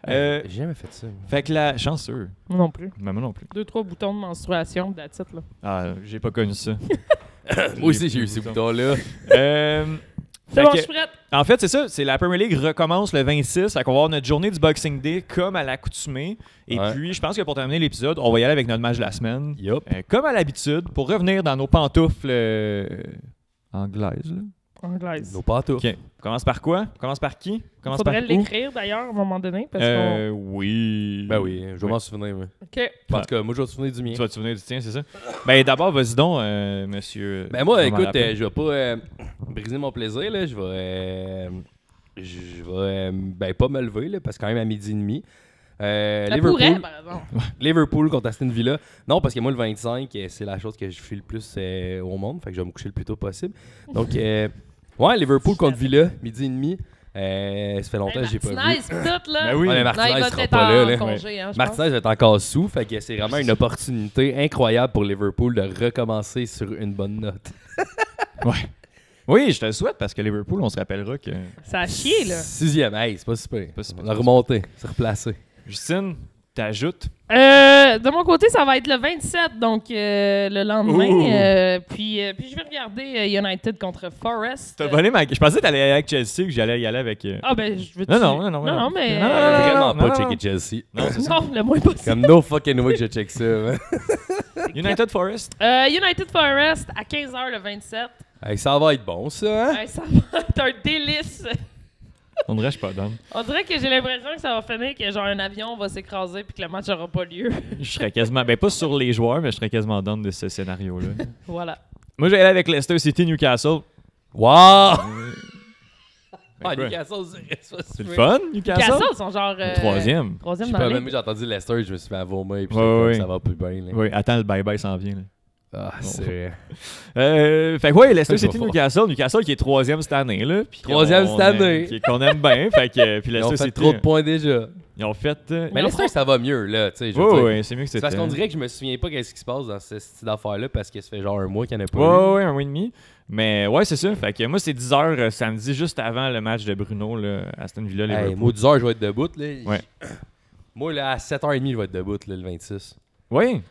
Speaker 5: Euh,
Speaker 4: Euh,
Speaker 5: J'ai jamais fait ça.
Speaker 4: fait que la chanceux.
Speaker 1: Moi non plus.
Speaker 4: Maman non plus.
Speaker 1: Deux, trois boutons de menstruation, that's it, là.
Speaker 4: Ah, j'ai pas connu ça.
Speaker 5: Moi aussi, j'ai eu ces boutons-là.
Speaker 4: Euh,
Speaker 1: C'est
Speaker 4: fait
Speaker 1: bon,
Speaker 4: que-
Speaker 1: je suis prête.
Speaker 4: En fait, c'est ça. C'est la Premier League recommence le 26. Fait qu'on va avoir notre journée du Boxing Day comme à l'accoutumée. Et
Speaker 5: Ouais.
Speaker 4: puis, je pense que pour terminer l'épisode, on va y aller avec notre match de la semaine.
Speaker 5: Yup.
Speaker 4: Euh, comme à l'habitude, pour revenir dans nos pantoufles euh, anglaises. là.
Speaker 1: Anglaise.
Speaker 5: Nos pantoufles.
Speaker 4: OK. On commence par quoi? On commence par qui? On commence
Speaker 1: Faudrait
Speaker 4: par où?
Speaker 1: l'écrire, d'ailleurs, à un moment donné, parce
Speaker 4: Euh, oui.
Speaker 5: Ben oui, je vais m'en souvenir. moi.
Speaker 1: qu'on... OK.
Speaker 5: En tout cas, moi, je vais me souvenir du mien.
Speaker 4: Tu vas te souvenir du tien, c'est ça? Ben d'abord, vas-y donc, euh, monsieur.
Speaker 5: Ben moi,
Speaker 4: Comment
Speaker 5: écoute,
Speaker 4: l'appeler?
Speaker 5: euh, je vais pas euh, briser mon plaisir, là. Je vais... euh, je je vais euh, ben, pas me lever, là, parce que quand même à midi et demi. Euh,
Speaker 1: Ça
Speaker 5: Liverpool,
Speaker 1: pourrait, ben. par exemple.
Speaker 5: Liverpool contre Aston Villa. Non, parce que moi, le 25, euh, c'est la chose que je fais le plus euh, au monde. Fait que je vais me coucher le plus tôt possible. Donc, euh, ouais, Liverpool contre Villa, midi et demi. Euh, ça fait longtemps que j'ai pas vu.
Speaker 1: Martinez, pis tout, là.
Speaker 4: Ben oui.
Speaker 5: Ouais, mais
Speaker 1: Non, il
Speaker 5: Martinez
Speaker 1: va
Speaker 5: sera
Speaker 1: être
Speaker 5: pas là.
Speaker 1: en
Speaker 5: là.
Speaker 1: congé, hein, je
Speaker 5: Martinez va être encore sous, fait que c'est vraiment une opportunité incroyable pour Liverpool de recommencer sur une bonne note.
Speaker 4: Ouais. Oui, je te le souhaite parce que Liverpool, on se rappellera que.
Speaker 1: pense. Ça a chié, là.
Speaker 5: Sixième, hey, c'est pas super.
Speaker 4: pas si pire.
Speaker 5: On a remonté, c'est replacé.
Speaker 4: Justine, t'ajoutes.
Speaker 1: Euh, de mon côté, ça va être le 27, donc euh, le lendemain. euh, puis, euh, puis je vais regarder euh, United contre Forest.
Speaker 4: T'as volé ma. Je pensais que t'allais aller avec Chelsea, que j'allais y aller avec. euh,
Speaker 1: Ah, ben, je veux
Speaker 4: Non, non, non, non,
Speaker 1: Non,
Speaker 4: non.
Speaker 1: mais.
Speaker 4: Non, non,
Speaker 1: euh,
Speaker 4: non,
Speaker 5: Vraiment
Speaker 4: non,
Speaker 5: pas
Speaker 4: non.
Speaker 5: checker Chelsea.
Speaker 1: non, le moins possible.
Speaker 5: Comme no fucking way que je check ça. man. Ah,
Speaker 4: United Forest.
Speaker 1: Euh, United Forest à 15h le 27.
Speaker 5: Hey, ça va être bon, ça. hein?
Speaker 1: Ouais, ça va être un délice.
Speaker 4: On dirait que je suis pas d'homme.
Speaker 1: On dirait que j'ai l'impression que ça va finir que genre un avion va s'écraser puis que le match n'aura pas lieu.
Speaker 4: Je serais quasiment. Ben, pas sur les joueurs, mais je serais quasiment d'homme de ce scénario-là.
Speaker 1: voilà.
Speaker 4: Moi, j'allais avec Leicester City, Newcastle.
Speaker 5: Wow!
Speaker 4: quoi?
Speaker 5: Ah, Newcastle, c'est
Speaker 4: C'est le fun, Newcastle?
Speaker 1: Castle sont genre. euh,
Speaker 4: Troisième.
Speaker 5: Je
Speaker 1: Troisième
Speaker 5: sais
Speaker 1: dans
Speaker 5: pas,
Speaker 1: la
Speaker 5: même
Speaker 1: ligue.
Speaker 5: j'ai entendu Leicester, je me suis fait avomir, puis
Speaker 4: Ouais,
Speaker 5: j'étais comme,
Speaker 4: ouais.
Speaker 5: ça va plus bien. là.
Speaker 4: Oui, attends, le bye-bye s'en vient. là.
Speaker 5: Ah, c'est vrai.
Speaker 4: Euh, fait que ouais, Leicester
Speaker 5: Ça, je vais
Speaker 4: City,
Speaker 5: voir.
Speaker 4: Newcastle. Newcastle qui est troisième cette année. Là, puis
Speaker 5: Troisième
Speaker 4: qu'on-
Speaker 5: cette année.
Speaker 4: qui- Qu'on aime bien. fait que, euh, puis
Speaker 5: Ils ont
Speaker 4: Leicester
Speaker 5: fait
Speaker 4: City.
Speaker 5: trop de points déjà.
Speaker 4: Ils ont fait. euh,
Speaker 5: Mais
Speaker 1: Ils ont
Speaker 5: Leicester, ça va mieux, là. tu sais, je
Speaker 4: Ouais,
Speaker 5: veux dire.
Speaker 4: ouais, c'est mieux que c'était.
Speaker 5: C'est parce qu'on dirait que je me souviens pas qu'est-ce qui se passe dans ce style d'affaire-là, parce que ça fait genre un mois qu'il n'y en a pas
Speaker 4: Ouais,
Speaker 5: eu.
Speaker 4: ouais, ouais, un mois et demi. Mais ouais, c'est ça. Fait que moi, c'est 10h samedi, juste avant le match de Bruno, là, Aston Villa,
Speaker 5: Hey,
Speaker 4: Liverpool.
Speaker 5: moi, 10 heures, je vais être debout. Là.
Speaker 4: Ouais.
Speaker 5: Moi, là, à 7h30, je vais être debout là, le 26.
Speaker 4: Oui.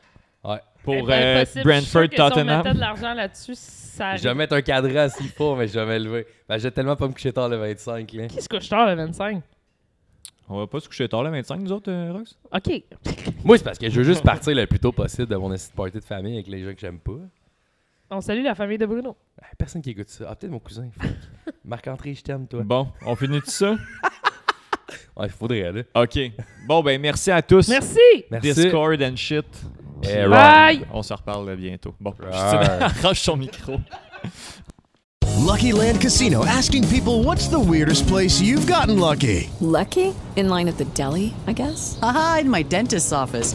Speaker 5: Ouais.
Speaker 1: C'est
Speaker 4: Pour
Speaker 1: pas
Speaker 4: euh,
Speaker 1: Eh ben, impossible. Je suis sûre
Speaker 4: Brentford,
Speaker 1: que si on
Speaker 4: Tottenham.
Speaker 1: mettait de l'argent là-dessus, ça
Speaker 5: Je vais
Speaker 1: arrive.
Speaker 5: mettre un cadran s'il faut, mais je vais me lever. Ben, je vais tellement pas me coucher tard le 25. Là.
Speaker 1: Qui se couche tard le 25?
Speaker 4: On va pas se coucher tard, là, 25, nous autres, euh, Rox?
Speaker 1: OK.
Speaker 5: Moi, c'est parce que je veux juste partir le plus tôt possible de mon esti de party de famille avec les gens que j'aime pas.
Speaker 1: On salue la famille de Bruno.
Speaker 5: Ah, Personne qui écoute ça. Ah, peut-être mon cousin. fuck. Marc-André, je t'aime, toi.
Speaker 4: Bon, on finit tout ça?
Speaker 5: Ouais, il faudrait, là.
Speaker 4: OK. Bon, ben, merci à tous.
Speaker 1: Merci!
Speaker 5: Merci.
Speaker 4: Discord and shit.
Speaker 5: Eh, Ron.
Speaker 1: Bye!
Speaker 4: On se reparle bientôt. Bon, je
Speaker 5: Right.
Speaker 4: arrache son micro.
Speaker 9: Lucky Land Casino asking people what's the weirdest place you've gotten lucky?
Speaker 10: Lucky? In line at the deli, I guess?
Speaker 11: Aha, in my dentist's office.